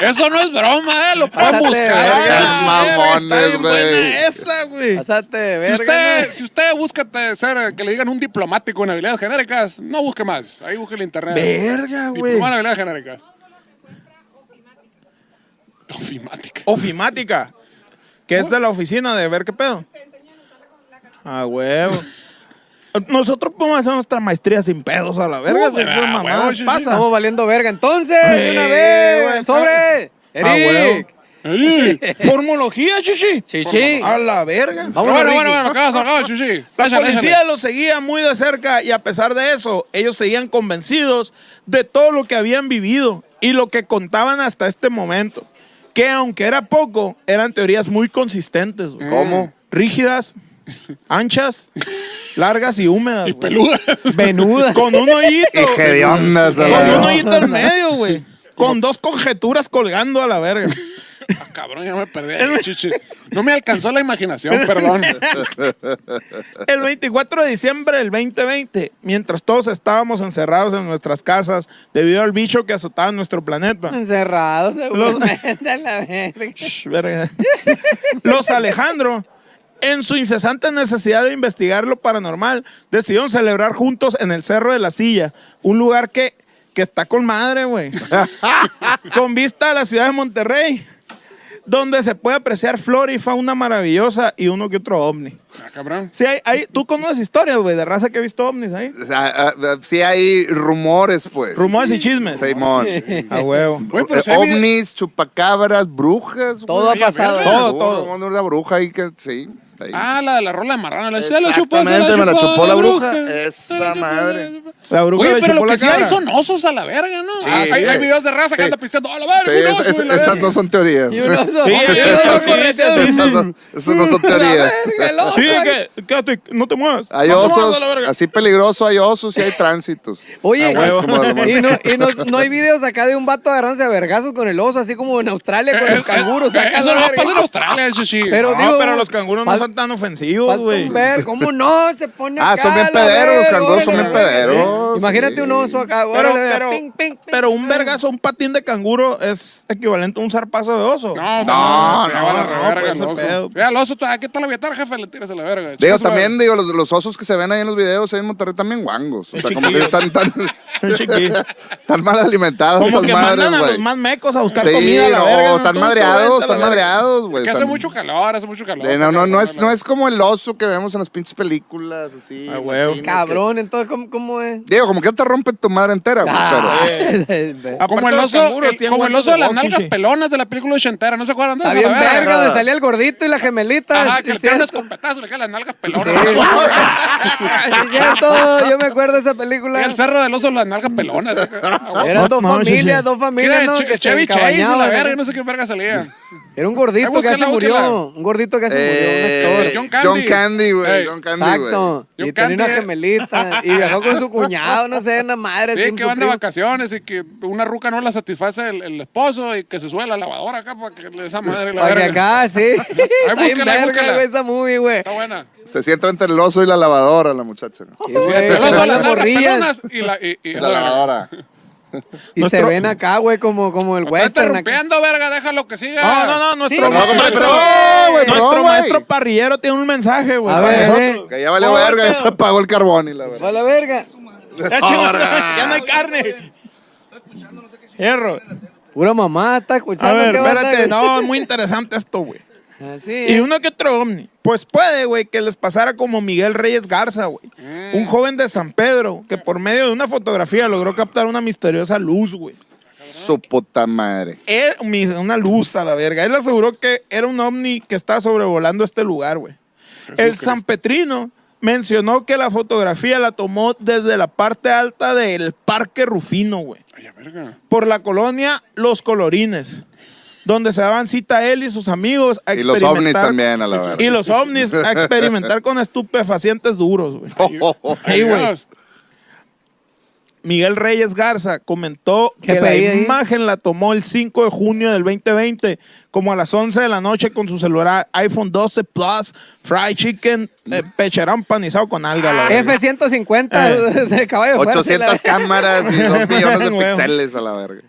Eso no es broma, ¿eh? Lo pueden
Pásate,
buscar.
verga.
Sean mamones, güey.
esa, güey.
Pásate, verga.
Si usted,
¿no?
si usted busca te- ser, eh, que le digan un diplomático en habilidades genéricas, no busque más. Ahí busque el internet.
Verga, güey.
Diplomado en habilidades genéricas. Ofimática.
Ofimática, que es de la oficina de ver qué pedo. Ah, huevo. Nosotros podemos hacer nuestra maestría sin pedos a la verga.
Uh,
si esas
ah,
mamadas
huevo, sí, sí.
pasan.
Estamos valiendo verga. Entonces, de una
Sí,
vez,
güey.
sobre.
Ah, huevo.
Eric.
Ey.
Formología, chichi.
Chichi.
A la verga.
Vámonos,
bueno,
Ricky.
bueno, bueno, acabas, acabas, Chuchi.
La
Échale,
policía
échale.
los seguía muy de cerca y a pesar de eso, ellos seguían convencidos de todo lo que habían vivido y lo que contaban hasta este momento. Que aunque era poco, eran teorías muy consistentes. güey.
¿Cómo?
Rígidas, anchas, largas y húmedas.
Y
güey.
peluda.
Venuda.
Con un hoyito.
Y hediondas a
Con
la
un
verga.
hoyito en medio, güey. Con dos conjeturas colgando a la verga.
Ah, cabrón, ya me perdí. ahí, Chuchi. No me alcanzó la imaginación, perdón.
El 24 de diciembre del 2020, mientras todos estábamos encerrados en nuestras casas debido al bicho que azotaba nuestro planeta.
Encerrados.
Los-
seguramente, a la verga.
Shh, verga. Los Alejandro, en su incesante necesidad de investigar lo paranormal, decidieron celebrar juntos en el Cerro de la Silla, un lugar que, que está con madre, güey. con vista a la ciudad de Monterrey, donde se puede apreciar flora y fauna maravillosa y uno que otro ovni.
Ah, cabrón.
Sí, hay, hay- tú conoces historias, güey, de raza que ha visto ovnis ahí.
O sea, ah, ah, sí hay rumores, pues.
Rumores y chismes.
Simón.
A huevo.
Güey, pero
Eh,
si hay vide-
ovnis, chupacabras, brujas. güey.
Todo ha
Oye,
pasado. ¿eh?
verga.
Todo,
Hubo
todo.
Una bruja ahí que, sí. ahí.
Ah, la de la rola de marrana. La, se la chupó, se
Exactamente, me la chupó la bruja.
Se la
Esa
chupó,
madre.
se la chupó.
La bruja
Oye,
le
pero lo
chupó
que
la
sí hay
cara.
son osos a la verga, ¿no?
Sí,
Ah, hay,
sí.
hay videos de raza que
Sí.
anda pisteando. ¡A la verga!
Sí,
un oso",
es-
y la
esas
verga.
no son teorías.
Y un
Sí,
oso.
sí,
Y un oso
sí, sí,
corriendo.
sí.
Esas no, esas no son teorías.
La verga, el oso.
Sí, que, quédate, no te muevas.
Hay
No te
osos,
muevas a la verga.
así peligroso hay osos y hay tránsitos.
Oye,
A huevo.
y, no, y no, no hay videos acá de un vato agarrándose a vergazos con el oso, así como en Australia con los canguros.
Eh,
acá
Eso
la
no
verga.
pasa en Australia, eso sí.
Pero
No,
digo,
pero los canguros no
fal-
son tan ofensivos,
falta
güey.
un ver, ¿cómo no? Se pone
Ah,
acá,
son bien
la
pederos, los
verga,
canguros son
órale,
bien
verga, sí.
pederos,
Imagínate
sí.
un oso acá,
Pero,
órale,
pero-
ping, ping, ping.
pero un vergazo, un patín de canguro es equivalente a un zarpazo de oso.
No, te
No, no,
van a
no,
reverga
pues,
el
ese
oso.
pedo.
Mira, el oso, ah, ¿qué tal la vietar, jefe? Le tiras a la verga.
Digo,
Chica,
también, digo, los, los osos que se ven ahí en los videos ahí en Monterrey también guangos. O sea, como que
Chiquillos.
están tan,
Chiquillo.
tan mal alimentadas
Como
esas
que
madres,
mandan a los
güey.
más mecos a buscar
Sí,
comida a la
no,
verga.
están
Tú, tú, vete a
madreados,
la
están
verga.
madreados, güey.
Que hace
están-
mucho calor, hace mucho calor.
Sí, no, no, no, es, no es como el oso que vemos en las pinches películas, así.
Ah, huevo.
latinas,
Cabrón, entonces, ¿cómo, cómo es?
que- Digo, como que te rompen tu madre entera, güey.
Ah,
pero-
está
Aparte
Como el
los
oso,
canguros
el-
tienen
como el
guantes
oso de las
box,
nalgas
sí.
pelonas de la película ochentera. ¿No se acuerdan de eso?
bien
pues, La verga.
verga donde salía el gordito y la gemelita.
Ajá,
sí,
que le
es
pegan un
cierto.
escopetazo, le quedan las nalgas pelonas.
Sí, es cierto, yo me acuerdo de esa película.
El cerro del oso, las nalgas pelonas. así que, ah, güey.
Eran dos
No, sí, sí.
familias, dos familias,
Mira,
¿no?
Che-
Que se
Chevy Chase, y la
encabañaban,
verga,
¿no?
no sé qué verga salía.
Era un
Eh,
gordito que
búsquela,
se
búsquela.
murió. Un gordito que se murió, un
Eh,
actor.
John Candy.
John Candy, güey.
Ey.
John Eh, Candy, güey.
Exacto.
Yo
Y tenía una
cambié.
gemelita. Y viajó con su cuñado, no sé, una madre.
Sí,
sin
que
su
van de
primo.
vacaciones y que una ruca no la satisface el, el esposo y que se sube a la lavadora acá para que le- esa madre la
Para que
verga.
acá, sí. Está bien
búsquela,
verga,
búsquela.
güey, esa movie, güey.
Está buena.
Se sienta entre el oso y la lavadora, la muchacha. ¿no?
Sí, güey,
El
se
oso,
van
las
las
nalgas
morrillas.
pelonas y la... Y, y-
La lavadora.
Y se
Nuestro-
ven acá, güey, como, como el
Está
western. acá.
interrumpiendo, verga, déjalo que siga.
No, no, no, nuestro,
Sí,
maestro-
No,
güey.
perdón, güey,
nuestro
perdón,
maestro
güey.
parrillero tiene un mensaje, güey.
A
para
ver,
nosotros.
eh.
Que ya valió
No,
verga, ya
pero-
se apagó el carbón y la verga.
Va la verga.
Ya, chingada, Ah, ya no hay carne. Hierro.
Pura mamá, está
A
escuchando.
ver,
¿qué va
espérate,
estar?
no, es muy interesante esto, güey.
Así
Y
es.
uno que otro ovni. Pues puede, güey, que les pasara como Miguel Reyes Garza, güey. Un joven de San Pedro que por medio de una fotografía logró captar una misteriosa luz, güey.
Su puta madre.
Él- mi- una luz a la verga. Él aseguró que era un ovni que estaba sobrevolando este lugar, güey. El San Petrino mencionó que la fotografía la tomó desde la parte alta del Parque Rufino, güey.
Ay, a verga.
Por la colonia Los Colorines, donde se daban cita él y sus amigos a
Y los
experimentar-
ovnis también, a la verdad.
Y los ovnis a experimentar con estupefacientes duros, güey.
Ay,
güey.
Dios.
Miguel Reyes Garza comentó que
¿Qué
la
pedí ahí?
imagen la tomó el 5 de junio del 2020, como a las 11 de la noche con su celular iPhone 12 Plus, fried chicken, eh, pecherón panizado con alga.
Ah,
la verga. Eh.
F-150 de caballo de fuerza, la-
800 cámaras y 2 millones de
Güey.
pixeles a la verga.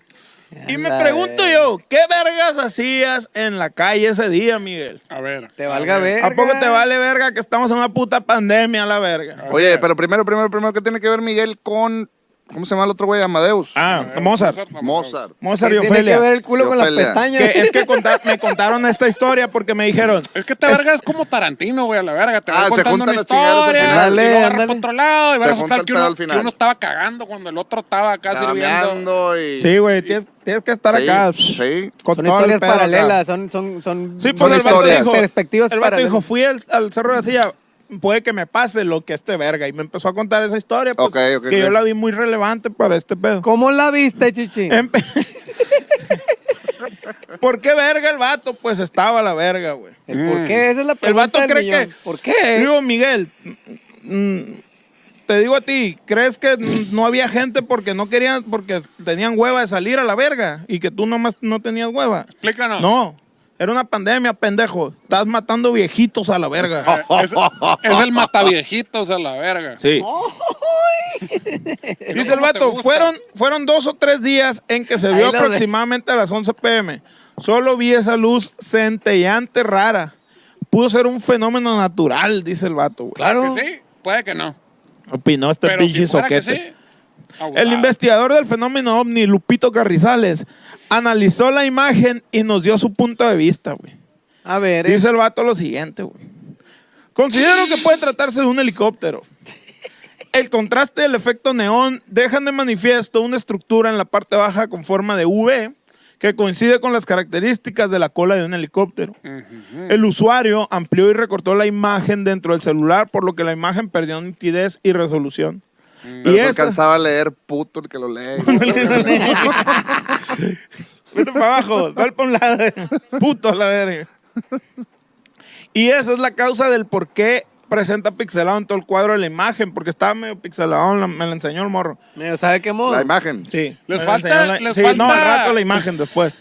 y me
Anda,
pregunto
eh.
yo, ¿qué vergas hacías en la calle ese día, Miguel?
A ver.
Te valga ver.
¿A poco te vale verga que estamos en una puta pandemia, la verga?
Oye, pero primero, primero, primero, ¿qué tiene que ver Miguel con. ¿Cómo se llama el otro güey? Amadeus.
Ah, Mozart.
Mozart.
Mozart y
Tiene que ver
Ofelia.
el culo con las
Ofelia.
Que
pestañas.
es que conta- me contaron esta historia porque me dijeron,
Es que esta verga es como Tarantino, güey, a la verga. Te
Ah,
va
se
contando
juntan
una
los chingados al
historia,
final.
Dale,
y luego agarra
ándale.
para otro lado, y
Se
vas a
junta
soltar
el
que
pedo
uno,
al final.
que uno estaba cagando cuando el otro estaba acá sirviendo.
Cameando y.
sí, güey, tienes, tienes que estar
Sí,
acá.
sí.
con
Son
todo el
historias
pedo acá.
paralelas, son, son, son,
Sí,
Son
pues el vato
historias.
dijo,
perspectivas
el vato
paralelas.
dijo, fui al, al Cerro de la Silla, puede que me pase lo que este verga. Y me empezó a contar esa historia, pues,
Ok, ok,
que
ok.
yo la vi muy relevante para este pedo.
¿Cómo la viste, Chichi?
Empe- ¿Por qué verga el vato? Pues estaba a la verga, güey.
El ¿Por qué? Esa es la pregunta
El vato
del
cree
millón.
que...
¿Por qué?
Digo, Miguel, mm, te digo a ti, ¿crees que no había gente porque no querían, porque tenían hueva de salir a la verga y que tú nomás no tenías hueva?
Explícanos.
No, era una pandemia, pendejo. Estás matando viejitos a la verga.
Es, es el mataviejitos a la verga.
Sí. Dice el
¿Cómo te
vato,
gusta?
fueron, fueron dos o tres días en que se
Ahí
vio
lo ve.
aproximadamente a las 11 pm. Solo vi esa luz centellante rara. Pudo ser un fenómeno natural, dice el vato. güey.
Claro.
Que sí, puede que no.
Opinó este
Pero
pinche
si fuera que
soquete.
sí, oh, abusado.
El investigador del fenómeno ovni, Lupito Carrizales, analizó la imagen y nos dio su punto de vista, güey.
A ver. eh.
Dice el vato lo siguiente, güey. Considero que puede tratarse de un helicóptero. El contraste del efecto neón dejan de manifiesto una estructura en la parte baja con forma de V que coincide con las características de la cola de un helicóptero. El usuario amplió y recortó la imagen dentro del celular, por lo que la imagen perdió nitidez y resolución.
Pero
y
no
esa-
alcanzaba a leer puto el que lo lee.
Vete para abajo, dale para un lado. eh. Puto a la verga. Y esa es la causa del por qué presenta pixelado en todo el cuadro de la imagen, porque estaba medio pixelado, la- me la enseñó el morro.
eh, Medio sabe qué modo.
la imagen.
Sí.
Les
me la
falta-
enseñó la-
les
sí, No,
falta-
al rato la imagen después.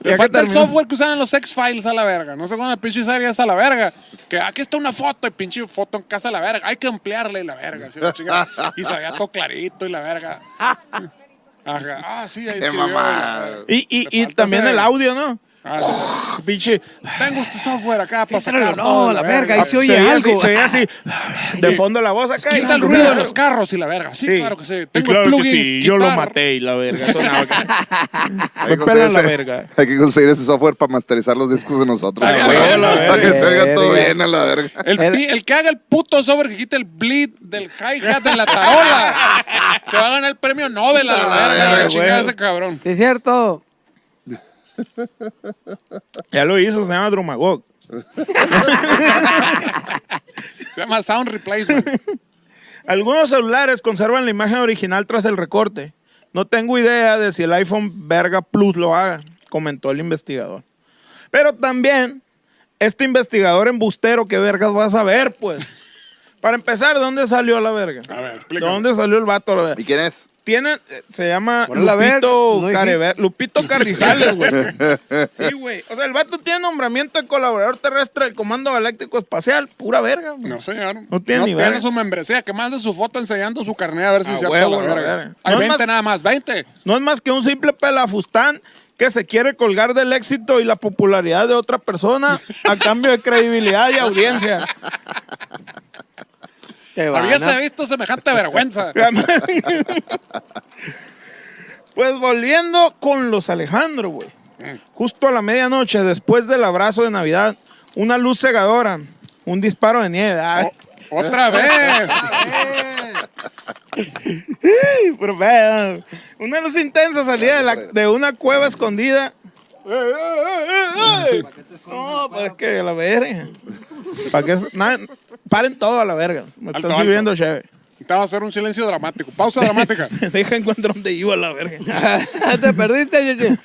Le
Ya que
falta el
terminó.
software que usan en los X-Files a la verga. No sé cuándo la pinche serie es a la verga. Que aquí está una foto y pinche foto en casa a la verga. Hay que ampliarle la verga. así la chingada. y se veía todo clarito y la verga. Ajá. Ah, sí, ahí
Qué
escribió,
mamada.
güey.
Y, y,
Le
y
falta
también
ese-
el audio, ¿no?
Ah,
Pinche.
tengo este software acá para
Fíjalo,
sacar
no,
todo,
la verga, ahí se oye.
veía
algo.
así, se veía así. De fondo la voz acá.
Aquí está el ruido de los carros y la verga. Sí,
Sí.
claro que sí.
Y
Tengo
claro
el
que
plugin.
sí, yo lo
guitar.
maté y la verga. sonaba acá. Me
Hay que conseguir
pelan la
ese-
verga. Ah,
Hay que conseguir ese software para masterizar los discos de nosotros.
Ay,
güey.
güey, a la
Para que
verga.
se oiga todo
Verga.
bien a la verga.
Eh.
El,
El-
pi- el que haga el puto sobre que quite el bleed del hi-hat de la tarola se va a ganar el premio Nobel a la
Ah,
verga. La
güey.
chingada ese cabrón.
Sí, es cierto.
Ya lo hizo, se llama Drumagog.
Se llama Sound Replacement.
Algunos celulares conservan la imagen original tras el recorte. No tengo idea de si el iPhone Verga Plus lo haga, comentó el investigador. Pero también, este investigador embustero, ¿qué vergas vas a ver, pues? Para empezar, ¿de dónde salió la verga?
A ver,
¿De
explícame.
dónde salió el vato? La verga?
¿Y quién es?
Tiene, eh, se llama
Bueno, la verga,
Lupito,
no dijiste.
Carever- Lupito Carrizales, güey. Sí, güey. O sea, el vato tiene nombramiento de colaborador terrestre del Comando Galáctico Espacial. Pura verga, güey.
No, señor.
No tiene ni verga.
su membresía. Que mande su foto enseñando su carnet a ver si
A
se
huevo,
la
la
verga.
verga.
Hay
No es
20
más-
nada más. 20.
No es más que un simple pelafustán que se quiere colgar del éxito y la popularidad de otra persona a cambio de credibilidad y audiencia.
Te van
Había
a-
visto semejante vergüenza.
Pues volviendo con los Alejandro, güey. Justo a la medianoche, después del abrazo de Navidad, una luz cegadora, un disparo de nieve. Ay,
Otra vez.
pero, vean, una luz intensa salida de, la- de una cueva escondida. No, pues es que la verga. ¿Para qué? es- na- paren todo a la verga. Me
Alto,
están
alto.
sirviendo chévere.
Estaba a hacer un silencio dramático. Pausa dramática.
Deja encuentro donde iba a la verga.
Te perdiste, Chichi.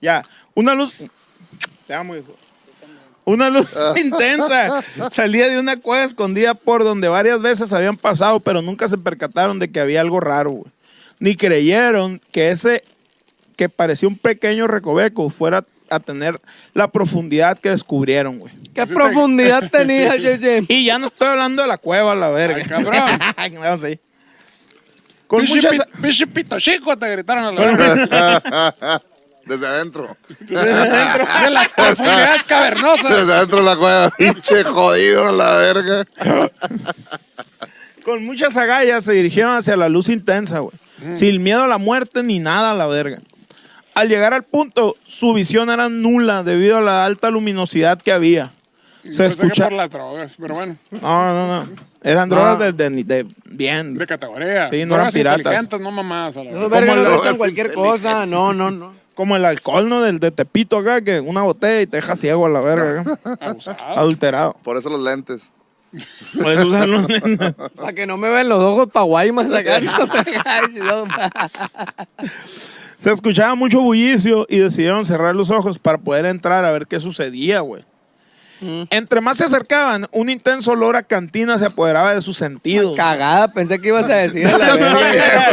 Ya. Una luz. Te amo, hijo. Una luz intensa salía de una cueva escondida por donde varias veces habían pasado, pero nunca se percataron de que había algo raro, güey. Ni creyeron que ese que parecía un pequeño recoveco fuera a tener la profundidad que descubrieron, güey.
¿Qué profundidad tenía, JJ?
Y ya no estoy hablando de la cueva, la verga.
Ay, cabrón.
No, sí. Con
Pinche
muchas-
pi- pinche pito chico te gritaron a la verga.
Desde adentro.
De las profundidades cavernosas.
Desde adentro de la cueva, pinche jodido a la verga.
Con muchas agallas se dirigieron hacia la luz intensa, güey. Sin miedo a la muerte ni nada a la verga. Al llegar al punto, su visión era nula debido a la alta luminosidad que había.
Pensé
Se
que
escucha.
por las drogas, pero bueno,
No, no, no. Eran drogas de, de- de- bien.
de categoría.
Sí, no eran
Drogas
piratas.
inteligentes, no mamás. A la
Esos
verga.
vergas
lo
no
haces
echan cualquier cosa. No, no, no.
Como el alcohol, ¿no? Del de Tepito acá, que una botella y te deja ciego a la verga. acá.
Abusado.
Adulterado.
Por eso los lentes.
Por eso usan los nenes.
Para que no me vean los ojos pa' guaymas acá. No,
Se escuchaba mucho bullicio y decidieron cerrar los ojos para poder entrar a ver qué sucedía, güey. Entre más se acercaban, un intenso olor a cantina se apoderaba de sus sentidos.
Cagada, pensé que ibas a decir a la verga.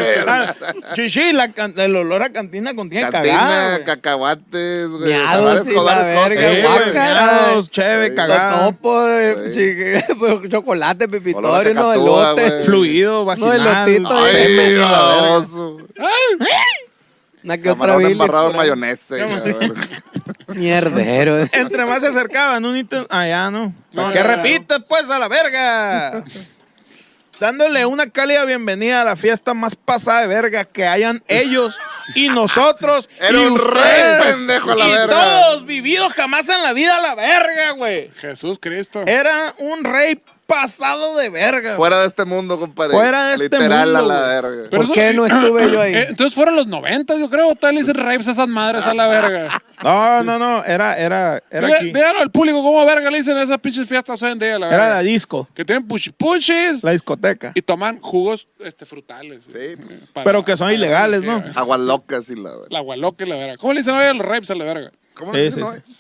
Ah, Chichi, la can- el olor a cantina contiene cagada.
Cantina,
güey.
cacahuates, güey.
Miados
varias
y
co-
la
varias
verga,
Sí,
cosas,
güey,
güey.
guácala.
miados, cheve,
Sí.
cagada.
Topo, de chique- chocolate,
Olor
pepitorio,
a
unos
cacatúa,
elotes.
güey.
Fluido, vaginal.
elotito,
ay,
eh.
semen,
Ay,
la verga.
baboso.
Una que otra
Camarón
bilis
embarrado
por
en
ahí.
mayonesa. y la verga.
Mierdero.
Entre más se acercaban, un inten- Ah, ya no.
No,
que
no, no.
repites, pues, a la verga. Dándole una cálida bienvenida a la fiesta más pasada de verga que hayan ellos y nosotros
Era
y
un re
ustedes
pendejo a la
y
verga.
todos vividos jamás en la vida a la verga, güey.
Jesús Cristo.
Era un rey pasado de verga.
Fuera de este mundo, compadre.
Fuera de este
Literal
mundo,
a la
güey.
verga.
Pero
¿Por qué no estuve yo ahí?
Eh, entonces fueron los 90, yo creo. Todavía le dicen rapes a esas madres a la verga.
No, no, no, era, era, era
Diga-
aquí.
Díganlo al público cómo verga le dicen a esas pinches fiestas hoy en día, la
Era la
verga.
disco,
Que tienen puchipuchis
la discoteca.
y toman jugos este, frutales.
Sí.
Para-
Pero que son
para-
ilegales,
sí,
¿no?
güey.
Aguas locas y la verga.
La gualoca y la verga. ¿Cómo le dicen hoy a los rapes a la verga?
¿Cómo
Sí,
le dicen
sí,
hoy?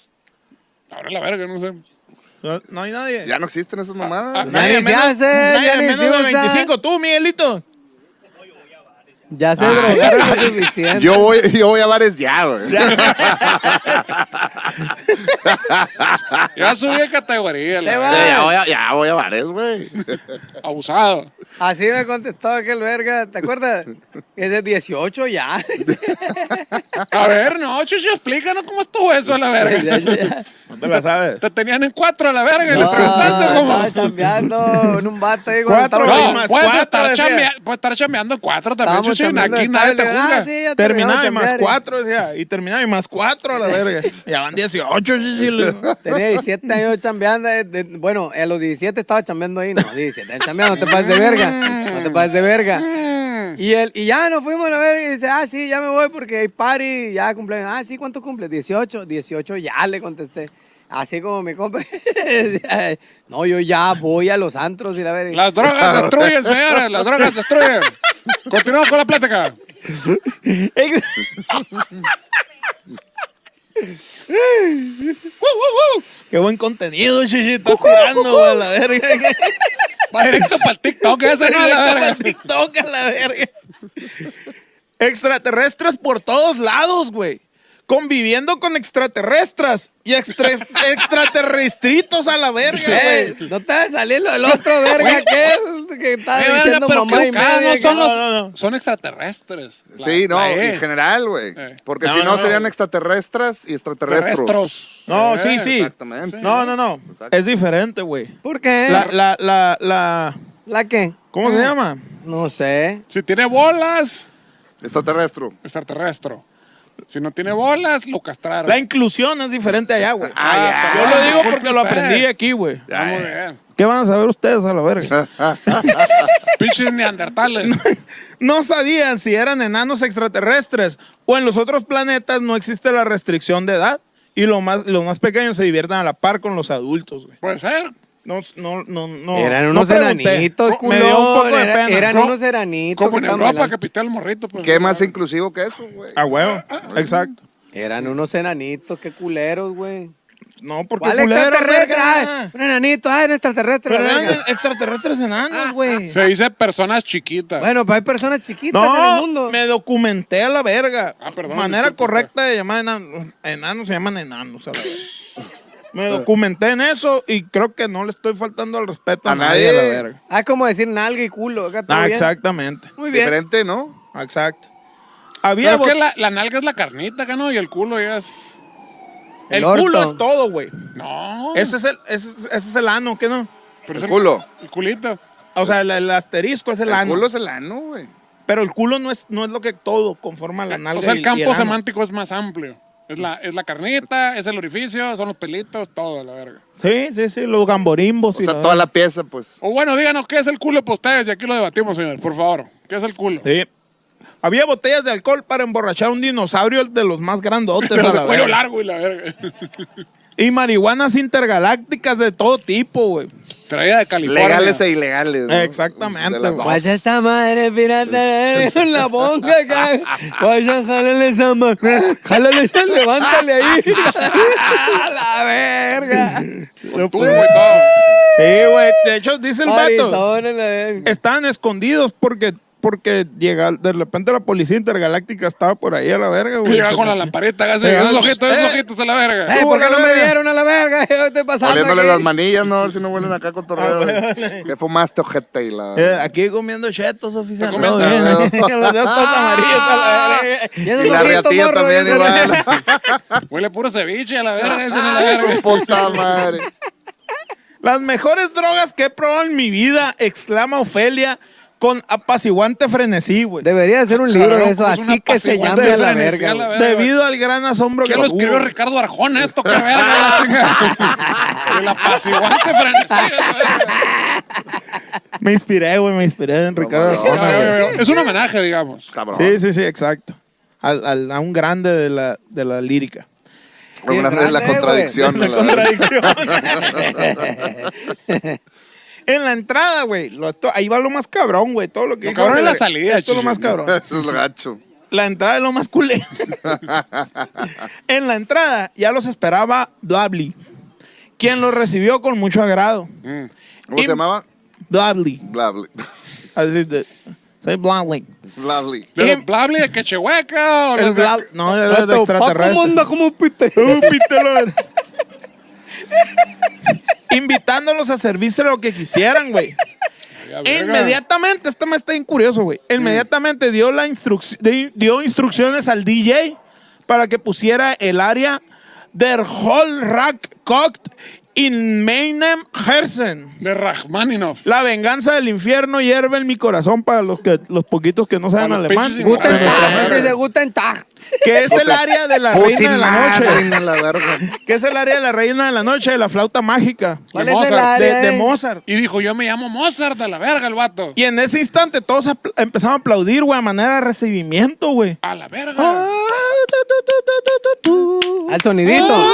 Ahora la verga, no sé.
No, no hay nadie.
Ya no existen esas mamadas.
Ya ni se
menos-
hace,
nadie
ya ni
menos
se
de
usa.
25, tú, Miguelito.
Ya se drogaron lo suficiente.
Yo voy, yo voy a bares ya, güey.
Ya subí de categoría, la
Te
verga.
va.
Ya voy a, ya voy a bares, güey.
Abusado.
Así me contestó aquel verga, ¿te acuerdas? Es de 18 ya.
A ver, no, chicho, explícanos cómo estuvo eso a la
Ya,
verga.
ya.
No te la sabes.
Te tenían en cuatro a la verga y le
No,
preguntaste
Estaba
cómo.
chambeando en un vato ahí. cuando
Cuatro,
estaba-
güey,
No,
más
puedes
cuatro,
estar,
decía.
chamea- puedes estar chameando en cuatro también,
estábamos
chicho. y
chambeando
Aquí
de
nadie te
tabla. Ah,
juzga.
sí,
Terminaba y
ya terminamos de
más
chambear.
cuatro, decía. Y terminaba y más cuatro a la verga. Ya van 18, chichi. le-
Tenía 17 años chambeando. eh, de- bueno, a los 17 estaba chambeando ahí. No, 17 años chambeando, no te pases de verga. No te pases de verga. Y, el, y ya nos fuimos a ver y dice, ah, sí, ya me voy porque hay party, ya cumpleaños. Ah, sí, ¿cuánto cumple? 18, 18 ya le contesté. Así como mi compa. decía, no, yo ya voy a los antros y la verga.
Las drogas destruyen, señores, las drogas destruyen. Continuamos con la plática.
Qué buen contenido, chichi. Estás tirando, güey, a la verga.
Va directo para el TikTok, ese no, la
Directo
verga.
pa'l TikTok, a la verga. Extraterrestres por todos lados, güey. Conviviendo con extraterrestres y extra- extraterrestritos a la verga, güey.
Eh, no te va a salir lo del otro verga que es, que está
Eh, verga,
diciendo
pero
mamá
qué
y
educados
media.
son,
no,
los,
no, no.
son extraterrestres. La-
Sí, no,
la E.
en general, güey.
Eh.
Porque
No,
si no,
no,
serían
no.
extraterrestres y extraterrestros.
Terrestros.
No,
Eh,
sí, sí.
exactamente.
No, no, no. Es diferente, güey.
¿Por qué?
La,
¿La,
la, la, la.
qué?
¿Cómo se llama?
No sé.
Si tiene bolas,
Extraterrestre.
extraterrestre. Si no tiene bolas, lo castraron.
La inclusión es diferente allá, güey.
Ah,
Yo lo
perdón,
digo
disculpe
porque lo
usted.
aprendí aquí, güey.
Ah, muy bien.
¿Qué van a saber ustedes a la verga?
Pinches neandertales.
No sabían si eran enanos extraterrestres o en los otros planetas no existe la restricción de edad y lo más, los más pequeños se diviertan a la par con los adultos, güey.
Puede ser.
No, no, no, no.
Eran
no
unos
pregunté.
enanitos,
Me dio un poco
culón.
de
era-
pena.
eran
No,
unos enanitos.
Como
que
en
estaban
Europa que
bailando.
pistea el morrito. Pues,
¿Qué más inclusivo que eso, güey?
A huevo, exacto.
Eran unos enanitos, qué culeros, güey.
No, porque
¿Cuál extraterrestre? Ay, un enanito, ay, un extraterrestre.
Pero
la
eran
verga.
extraterrestres enanos, güey.
Se dice personas chiquitas.
Bueno, pues hay personas chiquitas en el
No,
mundo.
me documenté a la verga.
Ah, perdón,
Manera
disculpa.
correcta de llamar enanos. Enanos se llaman enanos, a la verga. Me documenté en eso y creo que no le estoy faltando al respeto a,
A
nadie.
nadie.
a la verga.
Ah, es como decir nalga y culo. acá todo
Ah,
bien.
exactamente.
Muy bien.
Diferente, ¿no?
Exacto. Había
Pero es
bot-
que la, la nalga es la carnita, acá, ¿no? Y el culo ya es.
el,
El orto.
culo es todo, güey.
No.
Ese es el, ese es, ese es el ano, ¿qué no?
pero es
el culo.
El culito.
O sea, el, el asterisco es el,
El
ano.
culo es el ano, güey.
Pero el culo no es, no es lo que todo conforma la nalga.
O sea,
y-
el
y
campo
ano.
semántico es más amplio. Es la, es la carnita, es el orificio, son los pelitos, todo, la verga.
Sí, sí, sí, los gamborimbos.
O
y
sea,
la-
toda la pieza, pues.
O bueno, díganos qué es el culo para ustedes y aquí lo debatimos, señor, por favor. ¿Qué es el culo?
Sí. Había botellas de alcohol para emborrachar a un dinosaurio de los más grandotes.
Pero
a la
de cuello
verga.
largo y la verga.
Y marihuanas intergalácticas de todo tipo, güey.
Traída de California.
Legales
eh,
e ilegales. ¿no?
Exactamente,
De las
güey.
dos.
Guacha Pues esta madre, pirata, en la bonga acá. Guacha, jálale esa madre. Jálale esa, levántale ahí. A la verga.
Con turbo y todo.
Sí, güey. De hecho, dice el vato.
Arizona, la verga.
Estaban escondidos porque, porque llega, de repente la policía intergaláctica estaba por ahí a la verga, güey. Eh,
Llega con la lampareta, hágase,
Llega-
esos ojitos,
Eh.
esos ojitos a la verga.
Eh, ¿por qué no me
verga.
dieron a la verga? Yo estoy pasando
Oliéndole
aquí.
las manillas, ¿no? A ver si no vuelven acá con torreo. que fumaste, ojete, y la...
Ah, Eh, aquí comiendo chetos, oficial.
Está comiendo-
No, bien. Los dedos todos amarillos a la verga.
Y
Y
esos
la
ojitos,
riatilla
morro,
también
esos-
igual.
Huele puro ceviche a la verga, ese no es la
Ay,
verga.
puta madre.
Las mejores drogas que he probado en mi vida, exclama Ofelia con apaciguante frenesí, güey.
Debería de ser un libro de eso,
Cabrón, es
así
una
que se
pasión
llame
de
a la
frenesí
verga.
a la
güey.
verga.
Debido al gran asombro que
¿Quién lo
tuvo.
escribió Ricardo Arjona esto? ¡Qué verga la chingada! El apaciguante frenesí. la verga.
Me inspiré, güey, me inspiré en Ricardo
no,
No,
Arjona, güey.
no, no, no. Es un homenaje, digamos.
Cabrón.
Sí, sí, sí, exacto. Al- al- a un grande de la, de la lírica.
Lo grande es la
grande,
contradicción.
La
la verdad.
contradicción. en la entrada, güey. lo- esto- Ahí va lo más cabrón, güey. Todo lo que
Lo
dijo
cabrón es la
Federer.
salida,
Esto es lo
chico.
más cabrón.
Eso es lo gacho.
La entrada es lo más culé. en la entrada ya los esperaba Blabli, quien los recibió con mucho agrado.
¿Cómo
Y-
se llamaba?
Blabli.
Blabli.
Así de. Soy Blabli.
Blabli.
¿Pero
Y-
Blable de Quechehueca o
El
los de-
Blab- No, era de
Vato, Paco
extraterrestre.
manda como un pite.
Uh, pítalo. Invitándolos a servirse lo que quisieran, güey.
Ya, verga.
Inmediatamente, este me está bien curioso, güey. Inmediatamente dio, la instruc- di- dio instrucciones al DJ para que pusiera el área Der Hall Rack Cocked in Meinem Herzen.
De Rachmaninoff.
La venganza del infierno hierve en mi corazón para los, que, los poquitos que no saben
Para los
alemán.
pinches
Guten
Pero la
Tag,
verga.
dice Guten Tag.
Que es el área de la reina de la noche.
Reina de la verga.
Que es el área de la reina de la noche, de la flauta mágica.
¿Cuál
De
es el
Mozart,
de,
área?
de
eh?
Mozart.
Y dijo, yo me llamo Mozart, a la verga el vato.
Y en ese instante todos apl- empezaron a aplaudir, güey, a manera de recibimiento, güey.
A la
Ah,
verga.
Al sonidito.
Ah,